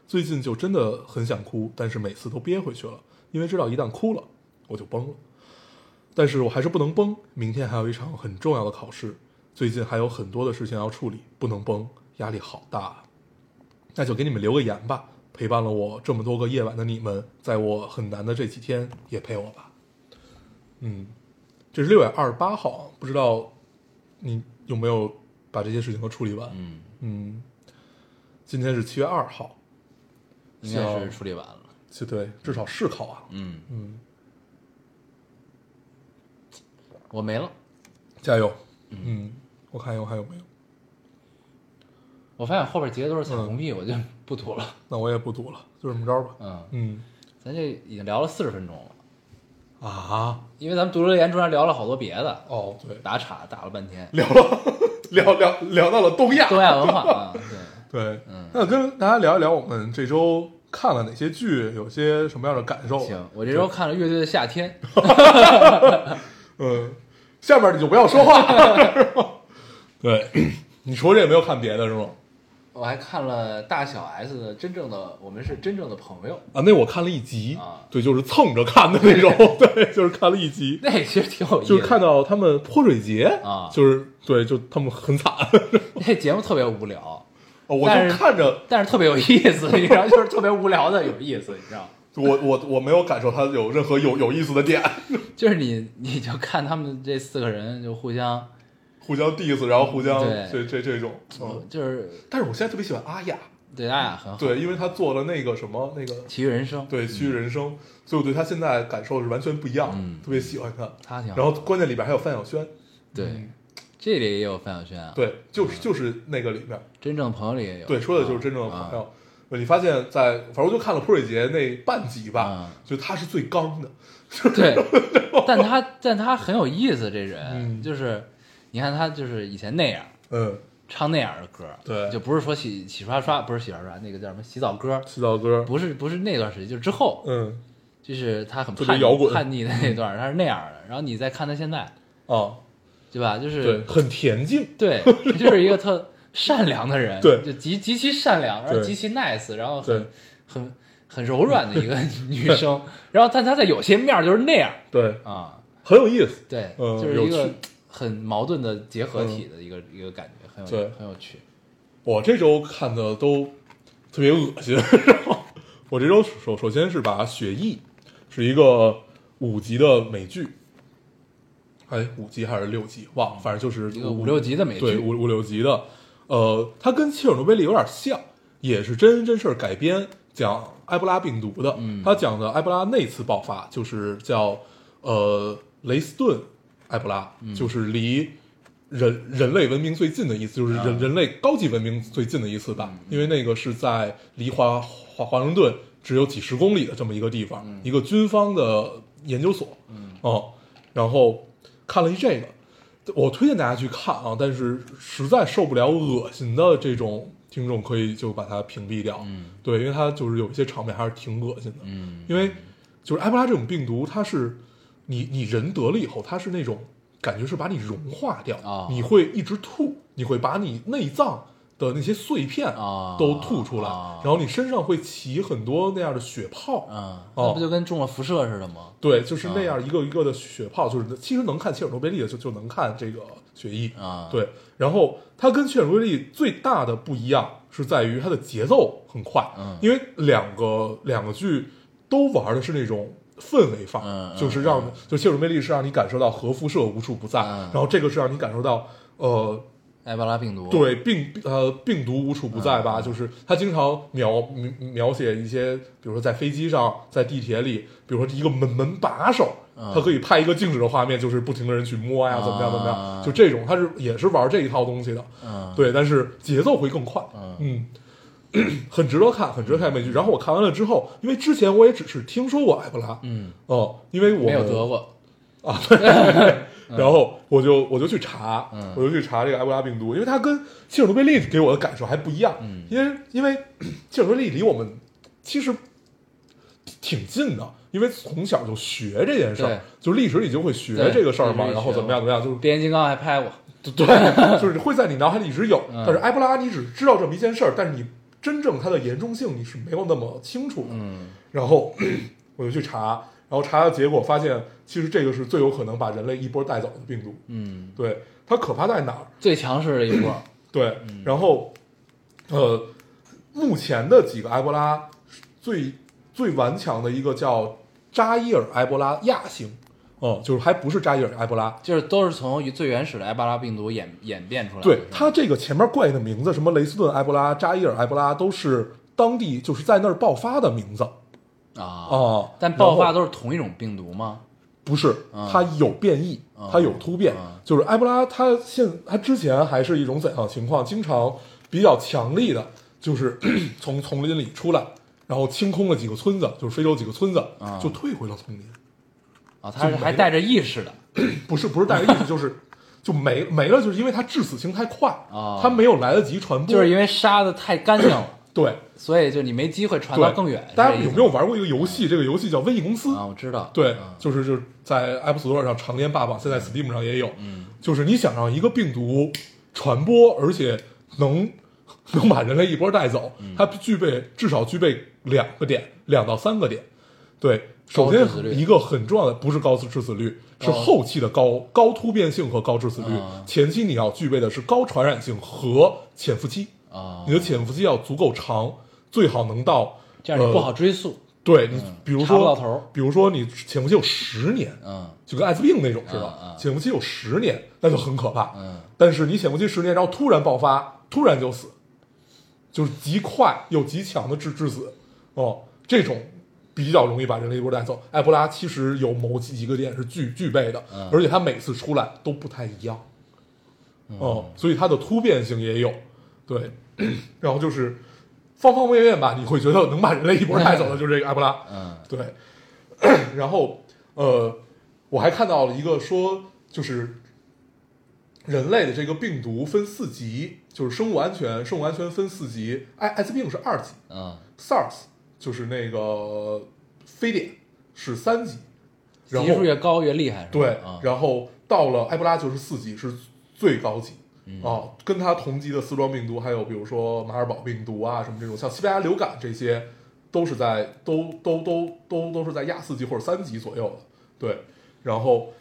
[SPEAKER 2] 最近就真的很想哭，但是每次都憋回去了，因为知道一旦哭了我就崩了。但是我还是不能崩，明天还有一场很重要的考试，最近还有很多的事情要处理，不能崩，压力好大啊。那就给你们留个言吧，陪伴了我这么多个夜晚的你们，在我很难的这几天也陪我吧。嗯，这是六月二十八号啊，不知道你有没有把这些事情都处理完？
[SPEAKER 1] 嗯，
[SPEAKER 2] 嗯，今天是七月二号，
[SPEAKER 1] 应该是
[SPEAKER 2] 行
[SPEAKER 1] 处理完了，
[SPEAKER 2] 就对，至少试考啊。
[SPEAKER 1] 嗯，
[SPEAKER 2] 嗯，
[SPEAKER 1] 我没了。
[SPEAKER 2] 加油。嗯，我看一眼我还有没有？
[SPEAKER 1] 我发现后边结的都是彩虹屁，我就不读了。
[SPEAKER 2] 那我也不读了，就这么着吧。
[SPEAKER 1] 嗯，
[SPEAKER 2] 嗯
[SPEAKER 1] 咱这已经聊了四十分钟了，
[SPEAKER 2] 啊，
[SPEAKER 1] 因为咱们读留言中间聊了好多别的，
[SPEAKER 2] 哦对，
[SPEAKER 1] 打岔打了半天。
[SPEAKER 2] 聊了 聊聊聊到了东亚，
[SPEAKER 1] 东亚文化啊，对，
[SPEAKER 2] 对，
[SPEAKER 1] 嗯
[SPEAKER 2] 那跟大家聊一聊我们这周看了哪些剧，有些什么样的感受？
[SPEAKER 1] 行，我这周看了《乐队的夏天》，
[SPEAKER 2] 嗯，下面你就不要说话 了，是吗？对， 你除了这也没有看别的是吗？
[SPEAKER 1] 我还看了大小 S 的《真正的我们是真正的朋友
[SPEAKER 2] 啊，那我看了一集，
[SPEAKER 1] 啊
[SPEAKER 2] 对，就是蹭着看的 那种，对，就是看了一集》，，
[SPEAKER 1] 那其实挺有意思
[SPEAKER 2] 就
[SPEAKER 1] 的，
[SPEAKER 2] 是看到他们泼水节
[SPEAKER 1] 啊
[SPEAKER 2] 就是对，就他们很惨，
[SPEAKER 1] 那节目特别无聊，
[SPEAKER 2] 哦我
[SPEAKER 1] 但
[SPEAKER 2] 就是看着
[SPEAKER 1] 但是特别有意思，你知道，就是特别无聊的有意思，你知道，
[SPEAKER 2] 我我我没有感受它有任何有有意思的点，
[SPEAKER 1] 就是你你就看他们这四个人就互相，
[SPEAKER 2] 互相 diss，然后互相
[SPEAKER 1] 对
[SPEAKER 2] 这这这种，嗯，
[SPEAKER 1] 就是
[SPEAKER 2] 但是我现在特别喜欢阿雅，
[SPEAKER 1] 对大家很好，
[SPEAKER 2] 对，因为她做了那个什么那个
[SPEAKER 1] 体育人生，
[SPEAKER 2] 对虚人生，所以我对她现在感受是完全不一样的，
[SPEAKER 1] 嗯
[SPEAKER 2] 特别喜欢她。
[SPEAKER 1] 他挺好，
[SPEAKER 2] 然后关键里边还有范晓萱，
[SPEAKER 1] 对，这里也有范晓萱啊，，
[SPEAKER 2] 对，就是就是那个里面，
[SPEAKER 1] 真正朋友里也有，
[SPEAKER 2] 对，说的就是真正的
[SPEAKER 1] 啊
[SPEAKER 2] 朋友。你发现在，反正我就看了泼水节那半集吧
[SPEAKER 1] 啊，
[SPEAKER 2] 就他是最刚的，
[SPEAKER 1] 对，但他但他很有意思，这人
[SPEAKER 2] 嗯
[SPEAKER 1] 就是，你看他就是以前那样
[SPEAKER 2] 嗯，
[SPEAKER 1] 唱那样的歌，
[SPEAKER 2] 对
[SPEAKER 1] 就不是说洗洗刷刷，不是洗刷刷，那个叫什么洗澡歌，
[SPEAKER 2] 洗澡歌，
[SPEAKER 1] 不是不是那段时间，就是之后，
[SPEAKER 2] 嗯，
[SPEAKER 1] 就是他很
[SPEAKER 2] 特别
[SPEAKER 1] 叛逆
[SPEAKER 2] 摇滚
[SPEAKER 1] 叛逆的那段，他是那样的，然后你再看他现在，
[SPEAKER 2] 啊，
[SPEAKER 1] 对吧？就
[SPEAKER 2] 对，
[SPEAKER 1] 是
[SPEAKER 2] 很恬静，
[SPEAKER 1] 对，他就是一个特善良的人，
[SPEAKER 2] 对
[SPEAKER 1] 就极极其善良，然后
[SPEAKER 2] 对
[SPEAKER 1] 极其 nice，然后
[SPEAKER 2] 对
[SPEAKER 1] 很很很柔软的一个女生， 然后但她在有些面儿就是那样
[SPEAKER 2] 对，
[SPEAKER 1] 啊。
[SPEAKER 2] 很有意思，
[SPEAKER 1] 对，
[SPEAKER 2] 嗯
[SPEAKER 1] 就是一
[SPEAKER 2] 有
[SPEAKER 1] 个
[SPEAKER 2] 趣嗯
[SPEAKER 1] 很矛盾的结合体的一个、一个感觉，很有
[SPEAKER 2] 对
[SPEAKER 1] 很有趣。
[SPEAKER 2] 我这周看的都特别恶心。然后我这周首首先是把《雪艺》是一个五集的美剧，哎，五集还是六集，忘了，反正就是
[SPEAKER 1] 一个五六集的美剧
[SPEAKER 2] 对，五五六集的。呃，它跟《切尔诺贝利》有点像，也是真人真事儿改编，讲埃博拉病毒的。
[SPEAKER 1] 嗯
[SPEAKER 2] 它讲的埃博拉那次爆发，就是叫呃雷斯顿埃博拉，
[SPEAKER 1] 嗯
[SPEAKER 2] 就是离人人类文明最近的一次，就是
[SPEAKER 1] 啊
[SPEAKER 2] 人、人类高级文明最近的一次吧，
[SPEAKER 1] 嗯
[SPEAKER 2] 因为那个是在离华华华盛顿只有几十公里的这么一个地方，
[SPEAKER 1] 嗯
[SPEAKER 2] 一个军方的研究所，嗯，哦，然后看了一这个，我推荐大家去看啊，但是实在受不了恶心的这种听众，可以就把它屏蔽掉，
[SPEAKER 1] 嗯
[SPEAKER 2] 对，因为它就是有一些场面还是挺恶心的，
[SPEAKER 1] 嗯
[SPEAKER 2] 因为就是埃博拉这种病毒，它是你你人得了以后，它是那种感觉是把你融化掉，
[SPEAKER 1] 啊
[SPEAKER 2] 你会一直吐，你会把你内脏的那些碎片
[SPEAKER 1] 啊
[SPEAKER 2] 都吐出来，
[SPEAKER 1] 啊
[SPEAKER 2] 然后你身上会起很多那样的血泡，
[SPEAKER 1] 嗯，
[SPEAKER 2] 哦
[SPEAKER 1] 那不就跟中了辐射似的吗？
[SPEAKER 2] 对，就是那样一个一个的血泡，就是其实能看切尔诺贝利的就就能看这个血液
[SPEAKER 1] 啊
[SPEAKER 2] 对，然后它跟切尔诺贝利最大的不一样是在于它的节奏很快，
[SPEAKER 1] 嗯
[SPEAKER 2] 因为两个两个剧都玩的是那种。氛围法、
[SPEAKER 1] 嗯嗯
[SPEAKER 2] 就是让，就切尔诺贝利是让你感受到核辐射无处不在，
[SPEAKER 1] 嗯
[SPEAKER 2] 然后这个是让你感受到，呃，
[SPEAKER 1] 埃博拉病毒，
[SPEAKER 2] 对病呃病毒无处不在
[SPEAKER 1] 嗯
[SPEAKER 2] 吧，就是他经常描描描写一些，比如说在飞机上、在地铁里，比如说一个门门把手，
[SPEAKER 1] 嗯
[SPEAKER 2] 他可以拍一个静止的画面，就是不停的人去摸呀，
[SPEAKER 1] 啊
[SPEAKER 2] 怎么样怎么样，就这种，他是也是玩这一套东西的，
[SPEAKER 1] 嗯，
[SPEAKER 2] 对，但是节奏会更快，嗯。很值得看，很值得看美剧。然后我看完了之后，因为之啊前我也只是听说过埃博拉，
[SPEAKER 1] 嗯，
[SPEAKER 2] 哦，因为我
[SPEAKER 1] 没有
[SPEAKER 2] 们
[SPEAKER 1] 得过，
[SPEAKER 2] 啊， 然后我就我就去查
[SPEAKER 1] 嗯，
[SPEAKER 2] 我就去查这个埃博拉病毒，因为它跟切尔诺贝利给我的感受还不一样，
[SPEAKER 1] 嗯
[SPEAKER 2] 因为因为切尔诺贝利离我们其实挺近的，因为从小就学这件事
[SPEAKER 1] 对
[SPEAKER 2] 儿，就历史里就会学
[SPEAKER 1] 对
[SPEAKER 2] 这个事儿
[SPEAKER 1] 历史
[SPEAKER 2] 嘛，
[SPEAKER 1] 里
[SPEAKER 2] 然后
[SPEAKER 1] 学
[SPEAKER 2] 怎么样怎么 样，就是
[SPEAKER 1] 变形金刚还拍我，
[SPEAKER 2] 对，就是会在你脑海里一直有。
[SPEAKER 1] 嗯
[SPEAKER 2] 但是埃博拉你只知道这么一件事儿，但是你真正它的严重性你是没有那么清楚的。
[SPEAKER 1] 嗯
[SPEAKER 2] 然后我就去查，然后查的结果发现，其实这个是最有可能把人类一波带走的病毒。
[SPEAKER 1] 嗯，
[SPEAKER 2] 对，它可怕在哪儿？
[SPEAKER 1] 最强势的一波，
[SPEAKER 2] 对，
[SPEAKER 1] 嗯
[SPEAKER 2] 然后呃，目前的几个埃博拉最最顽强的一个叫扎伊尔埃博拉亚型，哦、就是还不是扎伊尔埃博拉，
[SPEAKER 1] 就是都是从最原始的埃博拉病毒演演变出来的。
[SPEAKER 2] 对
[SPEAKER 1] 是吧
[SPEAKER 2] 它这个前面怪的名字，什么雷斯顿埃博拉、扎伊尔埃博拉，都是当地就是在那儿爆发的名字
[SPEAKER 1] 啊
[SPEAKER 2] 哦
[SPEAKER 1] 但爆
[SPEAKER 2] 然
[SPEAKER 1] 发
[SPEAKER 2] 后
[SPEAKER 1] 都是同一种病毒吗？
[SPEAKER 2] 不是
[SPEAKER 1] 啊
[SPEAKER 2] 它有变异，它有突变
[SPEAKER 1] 啊。
[SPEAKER 2] 就是埃博拉，它现它之前还是一种怎样的情况？经常比较强力的，就是 从丛林里出来，然后清空了几个村子，就是非洲几个村子
[SPEAKER 1] 啊，
[SPEAKER 2] 就退回了丛林。
[SPEAKER 1] 啊，它是
[SPEAKER 2] 就没
[SPEAKER 1] 还
[SPEAKER 2] 了
[SPEAKER 1] 带着意识的，
[SPEAKER 2] 不是不是带着意思，就是就没没了，就是因为它致死性太快
[SPEAKER 1] 啊
[SPEAKER 2] 它没有来得及传播，
[SPEAKER 1] 就是因为杀的太干净了，
[SPEAKER 2] 对。
[SPEAKER 1] 所以就你没机会传
[SPEAKER 2] 对，
[SPEAKER 1] 到更远。是
[SPEAKER 2] 大家
[SPEAKER 1] 这意思
[SPEAKER 2] 有没有玩过一个游戏？这个游戏叫《瘟疫公司》
[SPEAKER 1] 啊？我知道，
[SPEAKER 2] 对
[SPEAKER 1] 啊，
[SPEAKER 2] 就是就是在 App Store 上常年霸榜，
[SPEAKER 1] 嗯
[SPEAKER 2] 现在 Steam 上也有。就是你想让一个病毒传播，而且能能把人类一波带走，
[SPEAKER 1] 嗯
[SPEAKER 2] 它具备至少具备两个点，两到三个点。对，首
[SPEAKER 1] 致
[SPEAKER 2] 先
[SPEAKER 1] 死率
[SPEAKER 2] 一个很重要的不是高致死率，是后期的高高突变性和高致死率
[SPEAKER 1] 啊。
[SPEAKER 2] 前期你要具备的是高传染性和潜伏期，
[SPEAKER 1] 啊
[SPEAKER 2] 你，的潜伏期要足够长，最好能到。
[SPEAKER 1] 这样你不
[SPEAKER 2] 呃
[SPEAKER 1] 好追溯，
[SPEAKER 2] 对你，比如
[SPEAKER 1] 嗯查不到
[SPEAKER 2] 说，
[SPEAKER 1] 头儿
[SPEAKER 2] 比如说你潜伏期有十年，
[SPEAKER 1] 嗯
[SPEAKER 2] 就跟艾滋病那种似
[SPEAKER 1] 嗯
[SPEAKER 2] 的
[SPEAKER 1] 嗯，
[SPEAKER 2] 潜伏期有十年，那就很可怕。
[SPEAKER 1] 嗯，
[SPEAKER 2] 但是你潜伏期十年，然后突然爆发，突然就死，就是极快又极强的致致死，哦，这种比较容易把人类一波带走。埃博拉其实有某几个点是具具备的
[SPEAKER 1] 嗯，
[SPEAKER 2] 而且它每次出来都不太一样，哦，所以它的突变性也有，对， 然后就是方方面面吧，你会觉得能把人类一波带走的就是这个埃博拉，
[SPEAKER 1] 嗯
[SPEAKER 2] 对， 然后呃，我还看到了一个说，就是人类的这个病毒分四级，就是生物安全，生物安全分四级，艾艾滋病是二级
[SPEAKER 1] 嗯，
[SPEAKER 2] ，SARS 就是那个非典是三级，然
[SPEAKER 1] 级
[SPEAKER 2] 后
[SPEAKER 1] 数越高越厉害，是吧
[SPEAKER 2] 对
[SPEAKER 1] 啊，
[SPEAKER 2] 然后到了埃博拉就是四级，是最高级。
[SPEAKER 1] 嗯
[SPEAKER 2] 啊，跟它同级的丝状病毒，还有比如说马尔堡病毒啊，什么这种，像西班牙流感这些，都是在都都都都都是在亚四级或者三级左右的。对，然后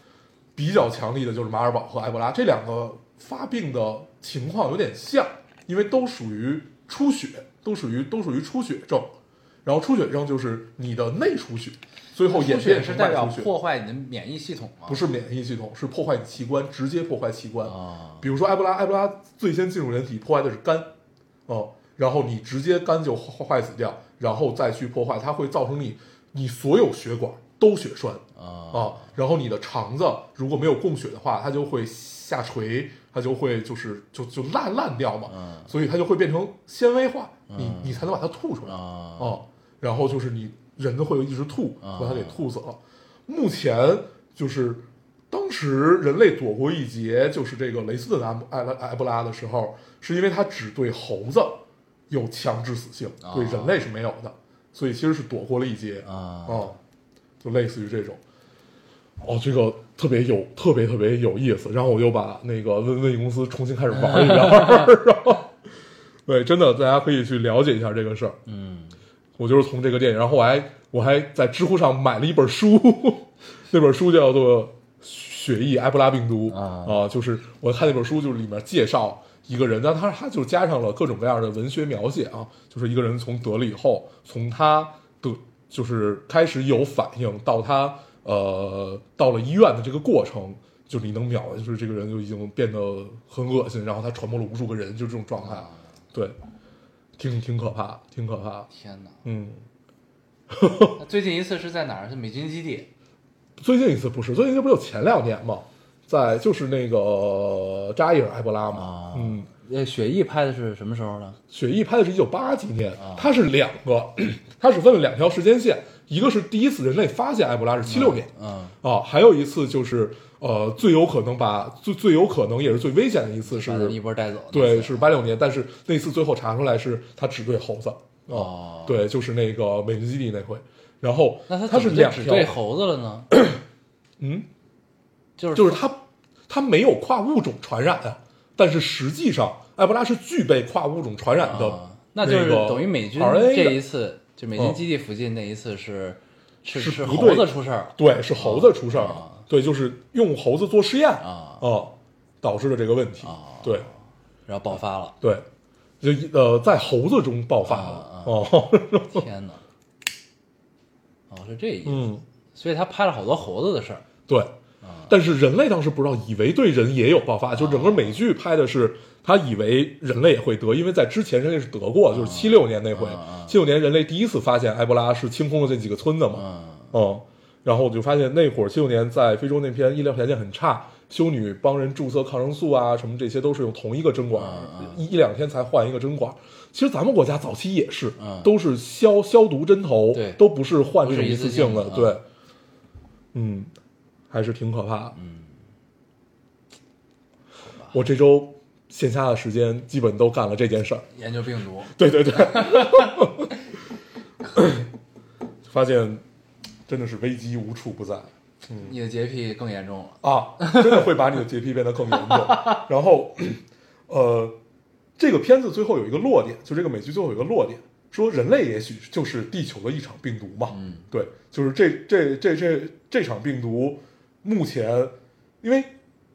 [SPEAKER 2] 比较强力的就是马尔堡和埃博拉这两个发病的情况有点像，因为都属于出血，都属于都属于出血症。然后出血症就是你的内出血，最后演
[SPEAKER 1] 出血
[SPEAKER 2] 变
[SPEAKER 1] 是
[SPEAKER 2] 成
[SPEAKER 1] 代
[SPEAKER 2] 外
[SPEAKER 1] 表
[SPEAKER 2] 出血。
[SPEAKER 1] 破坏你的免疫系统吗？
[SPEAKER 2] 不是免疫系统，是破坏你器官，直接破坏器官。
[SPEAKER 1] 啊，
[SPEAKER 2] 比如说埃博拉，埃博拉最先进入人体，破坏的是肝，哦、然后你直接肝就坏坏死掉，然后再去破坏，它会造成你你所有血管都血栓啊、
[SPEAKER 1] 啊
[SPEAKER 2] 然后你的肠子如果没有供血的话，它就会下垂，它就会就是就就烂烂掉嘛，
[SPEAKER 1] 嗯
[SPEAKER 2] 所以它就会变成纤维化，你你才能把它吐出来。
[SPEAKER 1] 啊
[SPEAKER 2] 哦，然后就是你人都会有一直吐，
[SPEAKER 1] 啊
[SPEAKER 2] 把它给吐死了。目前就是当时人类躲过一劫，就是这个雷斯顿埃埃埃博拉的时候，是因为它只对猴子有强致死性，对人类是没有的，所以其实是躲过了一劫
[SPEAKER 1] 啊
[SPEAKER 2] 哦，就类似于这种。哦，这个特别有，特别特别有意思。然后我又把那个温温疫公司重新开始玩一遍， 然后对，真的大家可以去了解一下这个事儿。
[SPEAKER 1] 嗯，
[SPEAKER 2] 我就是从这个电影，然后我还我还在知乎上买了一本书， 那本书叫做《血疫埃博拉病毒》
[SPEAKER 1] 啊
[SPEAKER 2] 就是我看那本书，就是里面介绍一个人，但他他就加上了各种各样的文学描写啊，就是一个人从得了以后，从他的就是开始有反应到他呃到了医院的这个过程。就是你能秒，就是这个人就已经变得很恶心，然后他传播了无数个人，就这种状态，对，挺挺可怕，挺可怕。
[SPEAKER 1] 天哪！
[SPEAKER 2] 嗯，
[SPEAKER 1] 那最近一次是在哪儿？是美军基地
[SPEAKER 2] 最近一次不是，最近一次不就前两年嘛，在就是那个呃扎伊尔埃博拉嘛，
[SPEAKER 1] 啊
[SPEAKER 2] 嗯，
[SPEAKER 1] 呃，雪艺拍的是什么时候呢？啊
[SPEAKER 2] 雪艺拍的是一九八几年，它是两个，它是分了两条时间线，一个是第一次人类发现埃博拉是七六年
[SPEAKER 1] 嗯
[SPEAKER 2] 啊，还有一次就是呃最有可能把最最有可能也是最危险的一次是
[SPEAKER 1] 把他们一波带走。
[SPEAKER 2] 对，是八六年，但是那次最后查出来是他只对猴子。
[SPEAKER 1] 哦
[SPEAKER 2] 对，就是那个美军基地那回。然后
[SPEAKER 1] 那他
[SPEAKER 2] 他
[SPEAKER 1] 怎
[SPEAKER 2] 是
[SPEAKER 1] 么就
[SPEAKER 2] 两
[SPEAKER 1] 只
[SPEAKER 2] 条
[SPEAKER 1] 对，猴子了呢？
[SPEAKER 2] 嗯，
[SPEAKER 1] 就是
[SPEAKER 2] 就是他他没有跨物种传染啊，但是实际上埃博拉是具备跨物种传染的。
[SPEAKER 1] 啊，那就是
[SPEAKER 2] 个
[SPEAKER 1] 等于美军
[SPEAKER 2] RNA
[SPEAKER 1] 这
[SPEAKER 2] 的哦
[SPEAKER 1] 一次，就美军基地附近那一次是是
[SPEAKER 2] 是
[SPEAKER 1] 是
[SPEAKER 2] 不
[SPEAKER 1] 猴
[SPEAKER 2] 对
[SPEAKER 1] 子出事儿了。
[SPEAKER 2] 对，是猴子出事儿了。
[SPEAKER 1] 啊
[SPEAKER 2] 对，就是用猴子做实验哦
[SPEAKER 1] 啊
[SPEAKER 2] 导致的这个问题。
[SPEAKER 1] 啊
[SPEAKER 2] 对
[SPEAKER 1] 然后爆发 了。
[SPEAKER 2] 对，就一呃在猴子中爆发
[SPEAKER 1] 啊
[SPEAKER 2] 了。哦，
[SPEAKER 1] 天哪！哦，是这意思。
[SPEAKER 2] 嗯，
[SPEAKER 1] 所以他拍了好多猴子的事儿。
[SPEAKER 2] 对。但是人类当时不知道，以为对人也有爆
[SPEAKER 1] 啊
[SPEAKER 2] 发，就整个美剧拍的是他以为人类也会得，因为在之前人类是得过，就是七六年那回
[SPEAKER 1] 啊，
[SPEAKER 2] 七六年人类第一次发现埃博拉是清空了这几个村子嘛，
[SPEAKER 1] 嗯
[SPEAKER 2] 嗯，然后我就发现那会儿七六年在非洲那边医疗条件很差，修女帮人注射抗生素啊什么这些都是用同一个针管，一一两天才换一个针管。其实咱们国家早期也是，
[SPEAKER 1] 嗯
[SPEAKER 2] 都是消消毒针头，
[SPEAKER 1] 对
[SPEAKER 2] 都不是换这
[SPEAKER 1] 不
[SPEAKER 2] 种
[SPEAKER 1] 是一
[SPEAKER 2] 一
[SPEAKER 1] 次
[SPEAKER 2] 次
[SPEAKER 1] 性
[SPEAKER 2] 性
[SPEAKER 1] 的
[SPEAKER 2] 的，对，嗯，还是挺可怕的。
[SPEAKER 1] 嗯，
[SPEAKER 2] 我这周线下的时间基本都干了这件事儿，
[SPEAKER 1] 研究病毒。
[SPEAKER 2] 对对对， 发现真的是危机无处不在。嗯
[SPEAKER 1] 你的洁癖更严重了。
[SPEAKER 2] 啊，真的会把你的洁癖变得更严 重。然后，呃，这个片子最后有一个落点，就这个美剧最后有一个落点，说人类也许就是地球的一场病毒嘛。
[SPEAKER 1] 嗯，
[SPEAKER 2] 对，就是这这这这这场病毒，目前因为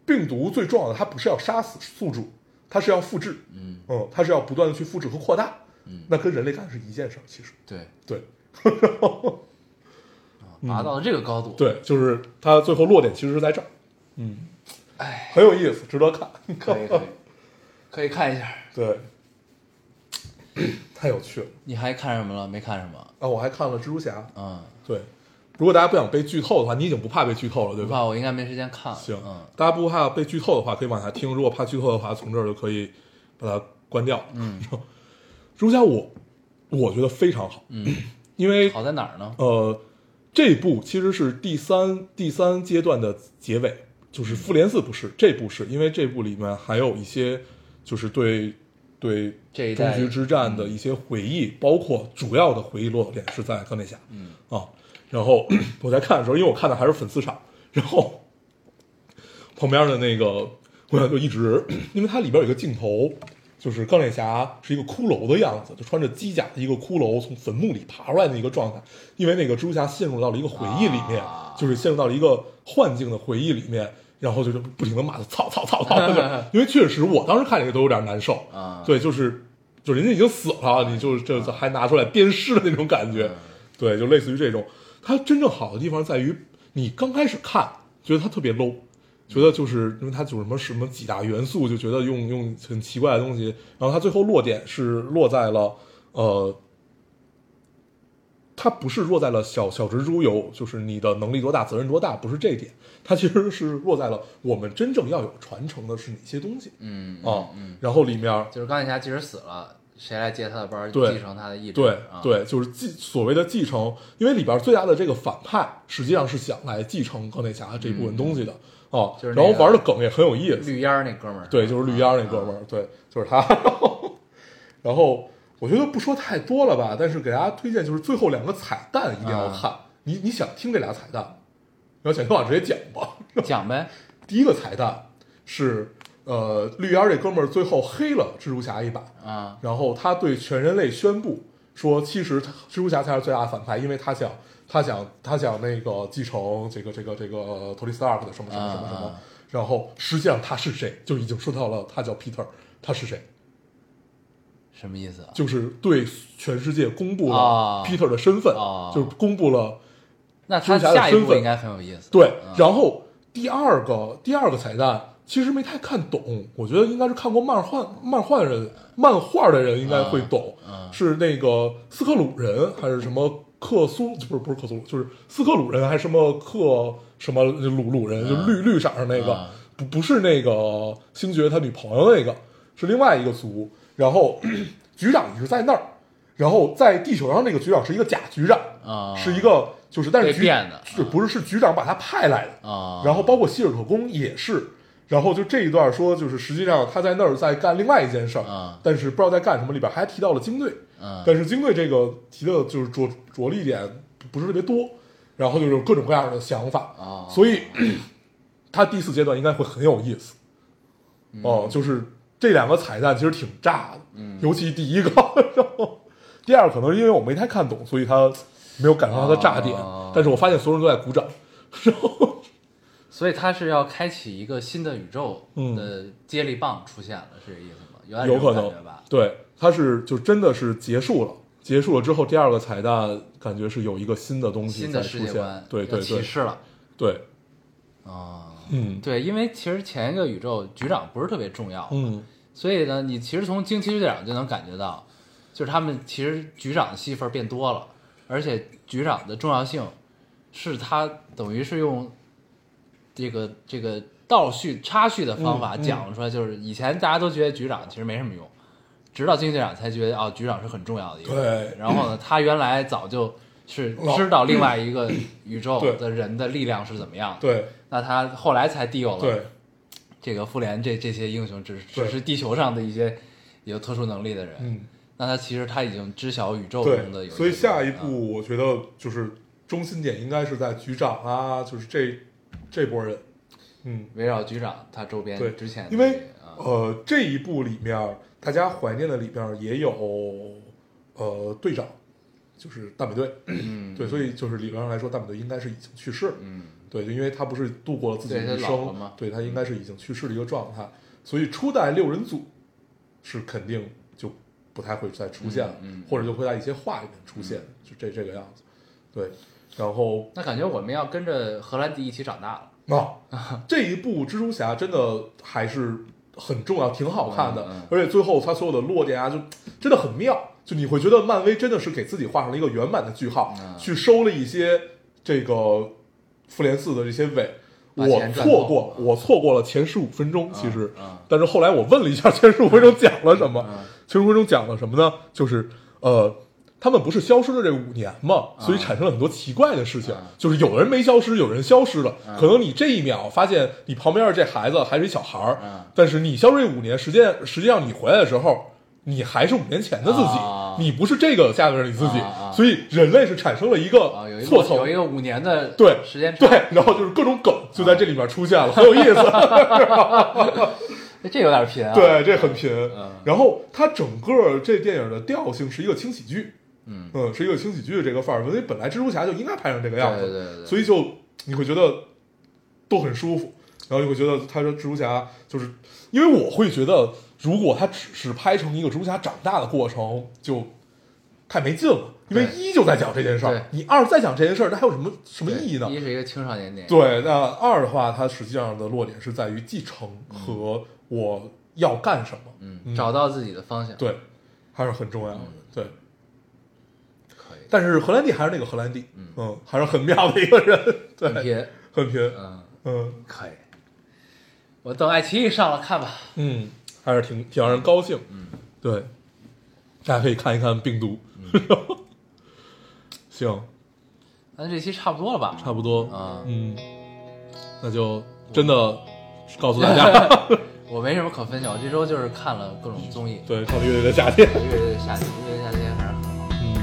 [SPEAKER 2] 病毒最重要的，它不是要杀死宿主，它是要复制，
[SPEAKER 1] 嗯，
[SPEAKER 2] 嗯，它是要不断的去复制和扩大。
[SPEAKER 1] 嗯
[SPEAKER 2] 那跟人类干的是一件事儿，其实
[SPEAKER 1] 对，
[SPEAKER 2] 对
[SPEAKER 1] 达到了这个高度。，
[SPEAKER 2] 嗯对，就是它最后落点其实是在这儿。嗯，哎，很有意思，值得看。
[SPEAKER 1] 可以可以，可以看一下。
[SPEAKER 2] 对，太有趣了
[SPEAKER 1] 你还看什么了？没看什么。
[SPEAKER 2] 啊！我还看了蜘蛛侠。
[SPEAKER 1] 嗯，
[SPEAKER 2] 对，如果大家不想被剧透的话，你已经不怕被剧透了，对
[SPEAKER 1] 不
[SPEAKER 2] 吧？
[SPEAKER 1] 怕，我应该没时间看了。
[SPEAKER 2] 行
[SPEAKER 1] 嗯，
[SPEAKER 2] 大家不怕被剧透的话，可以往下听；如果怕剧透的话，从这儿就可以把它关掉。嗯， 蜘蛛侠我我觉得非常好，嗯，因为
[SPEAKER 1] 好在哪儿呢？
[SPEAKER 2] 呃，这部其实是第三第三阶段的结尾，就是复联四不是，这部是因为这部里面还有一些就是对对
[SPEAKER 1] 这一代
[SPEAKER 2] 终局之战的一些回忆，包括主要的回忆落点是在钢铁侠，嗯啊，然后 我在看的时候，因为我看的还是粉丝场，然后旁边的那个我想就一直，因为它里边有一个镜头。就是钢铁侠是一个骷髅的样子，就穿着机甲的一个骷髅从坟墓里爬出来的一个状态。因为那个蜘蛛侠陷入到了一个回忆里面，
[SPEAKER 1] 啊
[SPEAKER 2] 就是陷入到了一个幻境的回忆里面，然后就是不停的骂他操操操操，就是因为确实我当时看这个都有点难受
[SPEAKER 1] 啊
[SPEAKER 2] 对，就是就人家已经死了，你就是这这还拿出来鞭尸的那种感
[SPEAKER 1] 啊
[SPEAKER 2] 觉， 对，就类似于这种。它真正好的地方在于，你刚开始看觉得它特别 low，觉得
[SPEAKER 1] 嗯
[SPEAKER 2] 就是因为它就是什么什么几大元素，就觉得用用很奇怪的东西，然后它最后落点是落在了呃。它不是落在了小小蜘蛛有，就是你的能力多大，责任多大，不是这一点，它其实是落在了我们真正要有传承的是哪些东西
[SPEAKER 1] 嗯，
[SPEAKER 2] 啊。然后里面
[SPEAKER 1] 就是钢铁侠即使死了，谁来接他的班儿，
[SPEAKER 2] 对
[SPEAKER 1] 继承他的意志？
[SPEAKER 2] 对
[SPEAKER 1] 啊，
[SPEAKER 2] 对，就是继所谓的继承，因为里边最大的这个反派实际上是想来继承钢铁侠这部分东西的哦，
[SPEAKER 1] 嗯就是那
[SPEAKER 2] 然后
[SPEAKER 1] 个
[SPEAKER 2] 玩的梗也很有意思，
[SPEAKER 1] 绿烟儿那哥们儿。
[SPEAKER 2] 对，就是绿烟儿那哥们儿，对，就是他。 然后然后我觉得不说太多了吧，但是给大家推荐就是最后两个彩蛋一定要
[SPEAKER 1] 啊
[SPEAKER 2] 看，你你想听这俩彩蛋，你要想听我直接讲吧。
[SPEAKER 1] 讲呗。
[SPEAKER 2] 第一个彩蛋是呃绿烟儿这哥们儿最后黑了蜘蛛侠一把，
[SPEAKER 1] 啊，
[SPEAKER 2] 然后他对全人类宣布说，其实他蜘蛛侠才是最大的反派，因为他想，他想，他想那个继承这个这个这个呃托尼·斯塔克的什么什么什么什
[SPEAKER 1] 啊啊
[SPEAKER 2] 么，然后实际上他是谁，就已经说到了他叫 Peter，他是谁，
[SPEAKER 1] 什么意思啊？
[SPEAKER 2] 就是对全世界公布
[SPEAKER 1] 啊
[SPEAKER 2] 了 Peter 的身份
[SPEAKER 1] 啊，
[SPEAKER 2] 就是公布了
[SPEAKER 1] 那他
[SPEAKER 2] 蜘蛛侠的
[SPEAKER 1] 下一
[SPEAKER 2] 身
[SPEAKER 1] 步
[SPEAKER 2] 份
[SPEAKER 1] 应该很有意思。
[SPEAKER 2] 对
[SPEAKER 1] 嗯，
[SPEAKER 2] 然后第二个第二个彩蛋其实没太看懂，我觉得应该是看过漫画漫画的人漫画的人应该会懂，
[SPEAKER 1] 嗯嗯
[SPEAKER 2] 是那个斯克鲁人还是什么克苏？不是不是克苏鲁，就是斯克鲁人还是什么克什么鲁鲁
[SPEAKER 1] 啊
[SPEAKER 2] 人，就绿绿色儿那个，
[SPEAKER 1] 嗯
[SPEAKER 2] 不不是那个 星爵他女朋友那个，是另外一个族。然后局长也是在那儿，然后在地球上那个局长是一个假局长，
[SPEAKER 1] 啊，
[SPEAKER 2] 是一个就是但是
[SPEAKER 1] 被
[SPEAKER 2] 局
[SPEAKER 1] 变的
[SPEAKER 2] 是不是是局长把他派来的？
[SPEAKER 1] 啊，
[SPEAKER 2] 然后包括希尔特工也是，然后就这一段说就是实际上他在那儿在干另外一件事儿，
[SPEAKER 1] 啊
[SPEAKER 2] 但是不知道在干什么，里边还提到了精队，
[SPEAKER 1] 嗯
[SPEAKER 2] 但是精队这个提的就是着着力点不是特别多，然后就是各种各样的想法，
[SPEAKER 1] 啊，
[SPEAKER 2] 所以 他第四阶段应该会很有意思，
[SPEAKER 1] 嗯
[SPEAKER 2] 哦、就是这两个彩蛋其实挺炸的，尤其第一个， 然后第二可能是因为我没太看懂，所以他没有感受到它的炸点，
[SPEAKER 1] 哦
[SPEAKER 2] 但是我发现所有人都在鼓掌，然后
[SPEAKER 1] 所以它是要开启一个新的宇宙
[SPEAKER 2] 嗯
[SPEAKER 1] 的接力棒出现了，是这意思吗？有点
[SPEAKER 2] 有可
[SPEAKER 1] 这种
[SPEAKER 2] 能
[SPEAKER 1] 感觉吧？
[SPEAKER 2] 对，它是就真的是结束了，结束了之后，第二个彩蛋感觉是有一个新的东西
[SPEAKER 1] 新
[SPEAKER 2] 在
[SPEAKER 1] 的
[SPEAKER 2] 出
[SPEAKER 1] 世界观
[SPEAKER 2] 现，对对
[SPEAKER 1] 要启
[SPEAKER 2] 对
[SPEAKER 1] 示了
[SPEAKER 2] 对，
[SPEAKER 1] 啊。
[SPEAKER 2] 嗯
[SPEAKER 1] 对，因为其实前一个宇宙局长不是特别重要，
[SPEAKER 2] 嗯
[SPEAKER 1] 所以呢，你其实从惊奇队长就能感觉到，就是他们其实局长的戏份变多了，而且局长的重要性是他等于是用这个这个倒叙插叙的方
[SPEAKER 2] 嗯
[SPEAKER 1] 法讲出来，就是以前大家都觉得局长其实没什么用，直到惊奇队长才觉得哦，局长是很重要的一个人。
[SPEAKER 2] 对
[SPEAKER 1] 然后呢，他原来早 就是
[SPEAKER 2] 老
[SPEAKER 1] 知道另外一个宇宙
[SPEAKER 2] 对
[SPEAKER 1] 的人的力量是怎么样的，
[SPEAKER 2] 对
[SPEAKER 1] 那他后来才 deal 了
[SPEAKER 2] 对
[SPEAKER 1] 这个复联这这些英雄只是
[SPEAKER 2] 对
[SPEAKER 1] 只是地球上的一些有特殊能力的人，
[SPEAKER 2] 嗯
[SPEAKER 1] 那他其实他已经知晓宇宙中的
[SPEAKER 2] 对，
[SPEAKER 1] 有，嗯
[SPEAKER 2] 所以下一
[SPEAKER 1] 啊
[SPEAKER 2] 步我觉得就是中心点应该是在局长啊，就是这这波人，嗯，
[SPEAKER 1] 围绕局长他周边
[SPEAKER 2] 对
[SPEAKER 1] 之前的
[SPEAKER 2] 因为
[SPEAKER 1] 啊
[SPEAKER 2] 呃这一部里面大家怀念的里面也有呃队长，就是大美队，
[SPEAKER 1] 嗯
[SPEAKER 2] 对，所以就是理论上来说，大美队应该是已经去世了。
[SPEAKER 1] 嗯
[SPEAKER 2] 对，因为他不是度过了自己
[SPEAKER 1] 对
[SPEAKER 2] 的一
[SPEAKER 1] 他老了
[SPEAKER 2] 生
[SPEAKER 1] 嘛，嗯
[SPEAKER 2] 对他应该是已经去世的一个状态，所以初代六人组是肯定就不太会再出现了，
[SPEAKER 1] 嗯嗯
[SPEAKER 2] 或者就会在一些话里面出现，就这这个样子。对，然后
[SPEAKER 1] 那感觉我们要跟着荷兰弟一起长大了，
[SPEAKER 2] 啊，这一部蜘蛛侠真的还是很重要，挺好看的，
[SPEAKER 1] 嗯嗯
[SPEAKER 2] 而且最后他所有的落点啊，就真的很妙，就你会觉得漫威真的是给自己画上了一个圆满的句号，
[SPEAKER 1] 嗯
[SPEAKER 2] 去收了一些这个复联四的这些尾。
[SPEAKER 1] 把
[SPEAKER 2] 我
[SPEAKER 1] 钱赚
[SPEAKER 2] 错
[SPEAKER 1] 够
[SPEAKER 2] 过，我错过了前十五分钟，其实，
[SPEAKER 1] 嗯
[SPEAKER 2] 但是后来我问了一下前十五分钟讲了什么，
[SPEAKER 1] 嗯嗯
[SPEAKER 2] 前十五分钟讲了什么呢？就是呃，他们不是消失了这五年嘛，所
[SPEAKER 1] 嗯
[SPEAKER 2] 以产生了很多奇怪的事情，
[SPEAKER 1] 嗯
[SPEAKER 2] 就是有人没消失，有人消失了。可能你这一秒发现你旁边的这孩子还是一小孩儿，
[SPEAKER 1] 嗯
[SPEAKER 2] 但是你消失这五年，实际上实际上你回来的时候，你还是五年前的自己，
[SPEAKER 1] 啊
[SPEAKER 2] 你不是这个下边的你自己，
[SPEAKER 1] 啊啊
[SPEAKER 2] 所以人类是产生了一
[SPEAKER 1] 啊，
[SPEAKER 2] 个
[SPEAKER 1] 有一
[SPEAKER 2] 错
[SPEAKER 1] 个
[SPEAKER 2] 层，
[SPEAKER 1] 有一个五年的
[SPEAKER 2] 对
[SPEAKER 1] 时间差
[SPEAKER 2] 对，，然后就是各种梗就在这里面出现了，很有意思。
[SPEAKER 1] 嗯 对，这有点贫啊，
[SPEAKER 2] 对，这很贫。
[SPEAKER 1] 嗯
[SPEAKER 2] 然后它整个这电影的调性是一个轻喜剧，嗯是一个轻喜剧的这个范儿，因为本来蜘蛛侠就应该拍成这个样子，
[SPEAKER 1] 对对对对
[SPEAKER 2] 所以就你会觉得都很舒服，然后你会觉得他说蜘蛛侠就是，因为我会觉得如果他只是拍成一个蜘蛛侠长大的过程，就太没劲了，因为
[SPEAKER 1] 对
[SPEAKER 2] 一就在讲这件事
[SPEAKER 1] 对
[SPEAKER 2] 儿，你二再讲这件事儿，那还有什么什么
[SPEAKER 1] 对
[SPEAKER 2] 意义呢？
[SPEAKER 1] 一是一个青少年电影，
[SPEAKER 2] 对，那二的话，它实际上的落点是在于继承和我要干什么，
[SPEAKER 1] 嗯，找到自己的方向，，
[SPEAKER 2] 对，还是很重要的。对，
[SPEAKER 1] 可以，
[SPEAKER 2] 但是荷兰弟还是那个荷兰弟，嗯还是很妙的一个人，
[SPEAKER 1] 很
[SPEAKER 2] 对，
[SPEAKER 1] 贫，
[SPEAKER 2] 很拼，
[SPEAKER 1] 嗯，
[SPEAKER 2] 嗯
[SPEAKER 1] 可以，我等爱奇艺上了看吧，
[SPEAKER 2] 嗯，还是挺挺让人高兴，嗯，对，大家可以看一看病毒，
[SPEAKER 1] 嗯
[SPEAKER 2] 行，
[SPEAKER 1] 那这期差不多了吧？
[SPEAKER 2] 差不多，
[SPEAKER 1] 啊，
[SPEAKER 2] 嗯，那就真的告诉大家，
[SPEAKER 1] 我没什么可分享，我这周就是看了各种综艺，
[SPEAKER 2] 对，看了《乐队的夏天》，
[SPEAKER 1] 《乐队的夏天》，《乐队的夏天》还是很好。
[SPEAKER 2] 嗯，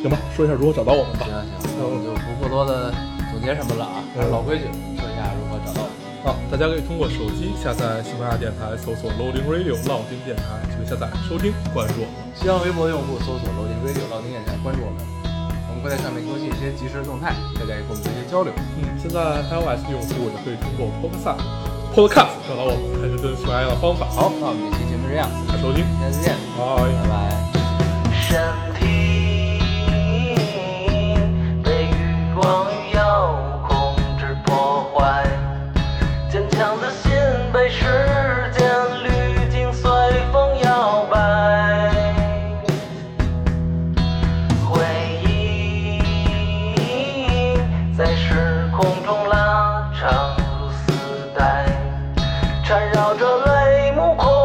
[SPEAKER 2] 行吧，说一下如何找到我们吧
[SPEAKER 1] 行。行，那我们就不过多的总结什么了啊，还是老规矩，说一下如何找到我们。
[SPEAKER 2] 好，啊大家可以通过手机下载喜马拉雅电台，搜索 Loading Radio 浪丁电台，这个下载收听关注我们。
[SPEAKER 1] 新浪微博的用户搜索“楼顶 radio” 老丁电台，关注我们，我们会在上面更新一些即时动态，大家也跟我们进行交流。
[SPEAKER 2] 嗯，现在 iOS 用户也可以通过 Podcast Podcast 找到我们，还是跟喜马拉雅的方法。
[SPEAKER 1] 好，那我们这期节目这样，
[SPEAKER 2] 大家收听，
[SPEAKER 1] 下次见，
[SPEAKER 2] 拜。
[SPEAKER 1] 拜拜。
[SPEAKER 3] 身体被欲望遥控制破坏，坚强的心被时间滤镜随风摇摆，回忆在时空中拉长如丝带，缠绕着泪目。狂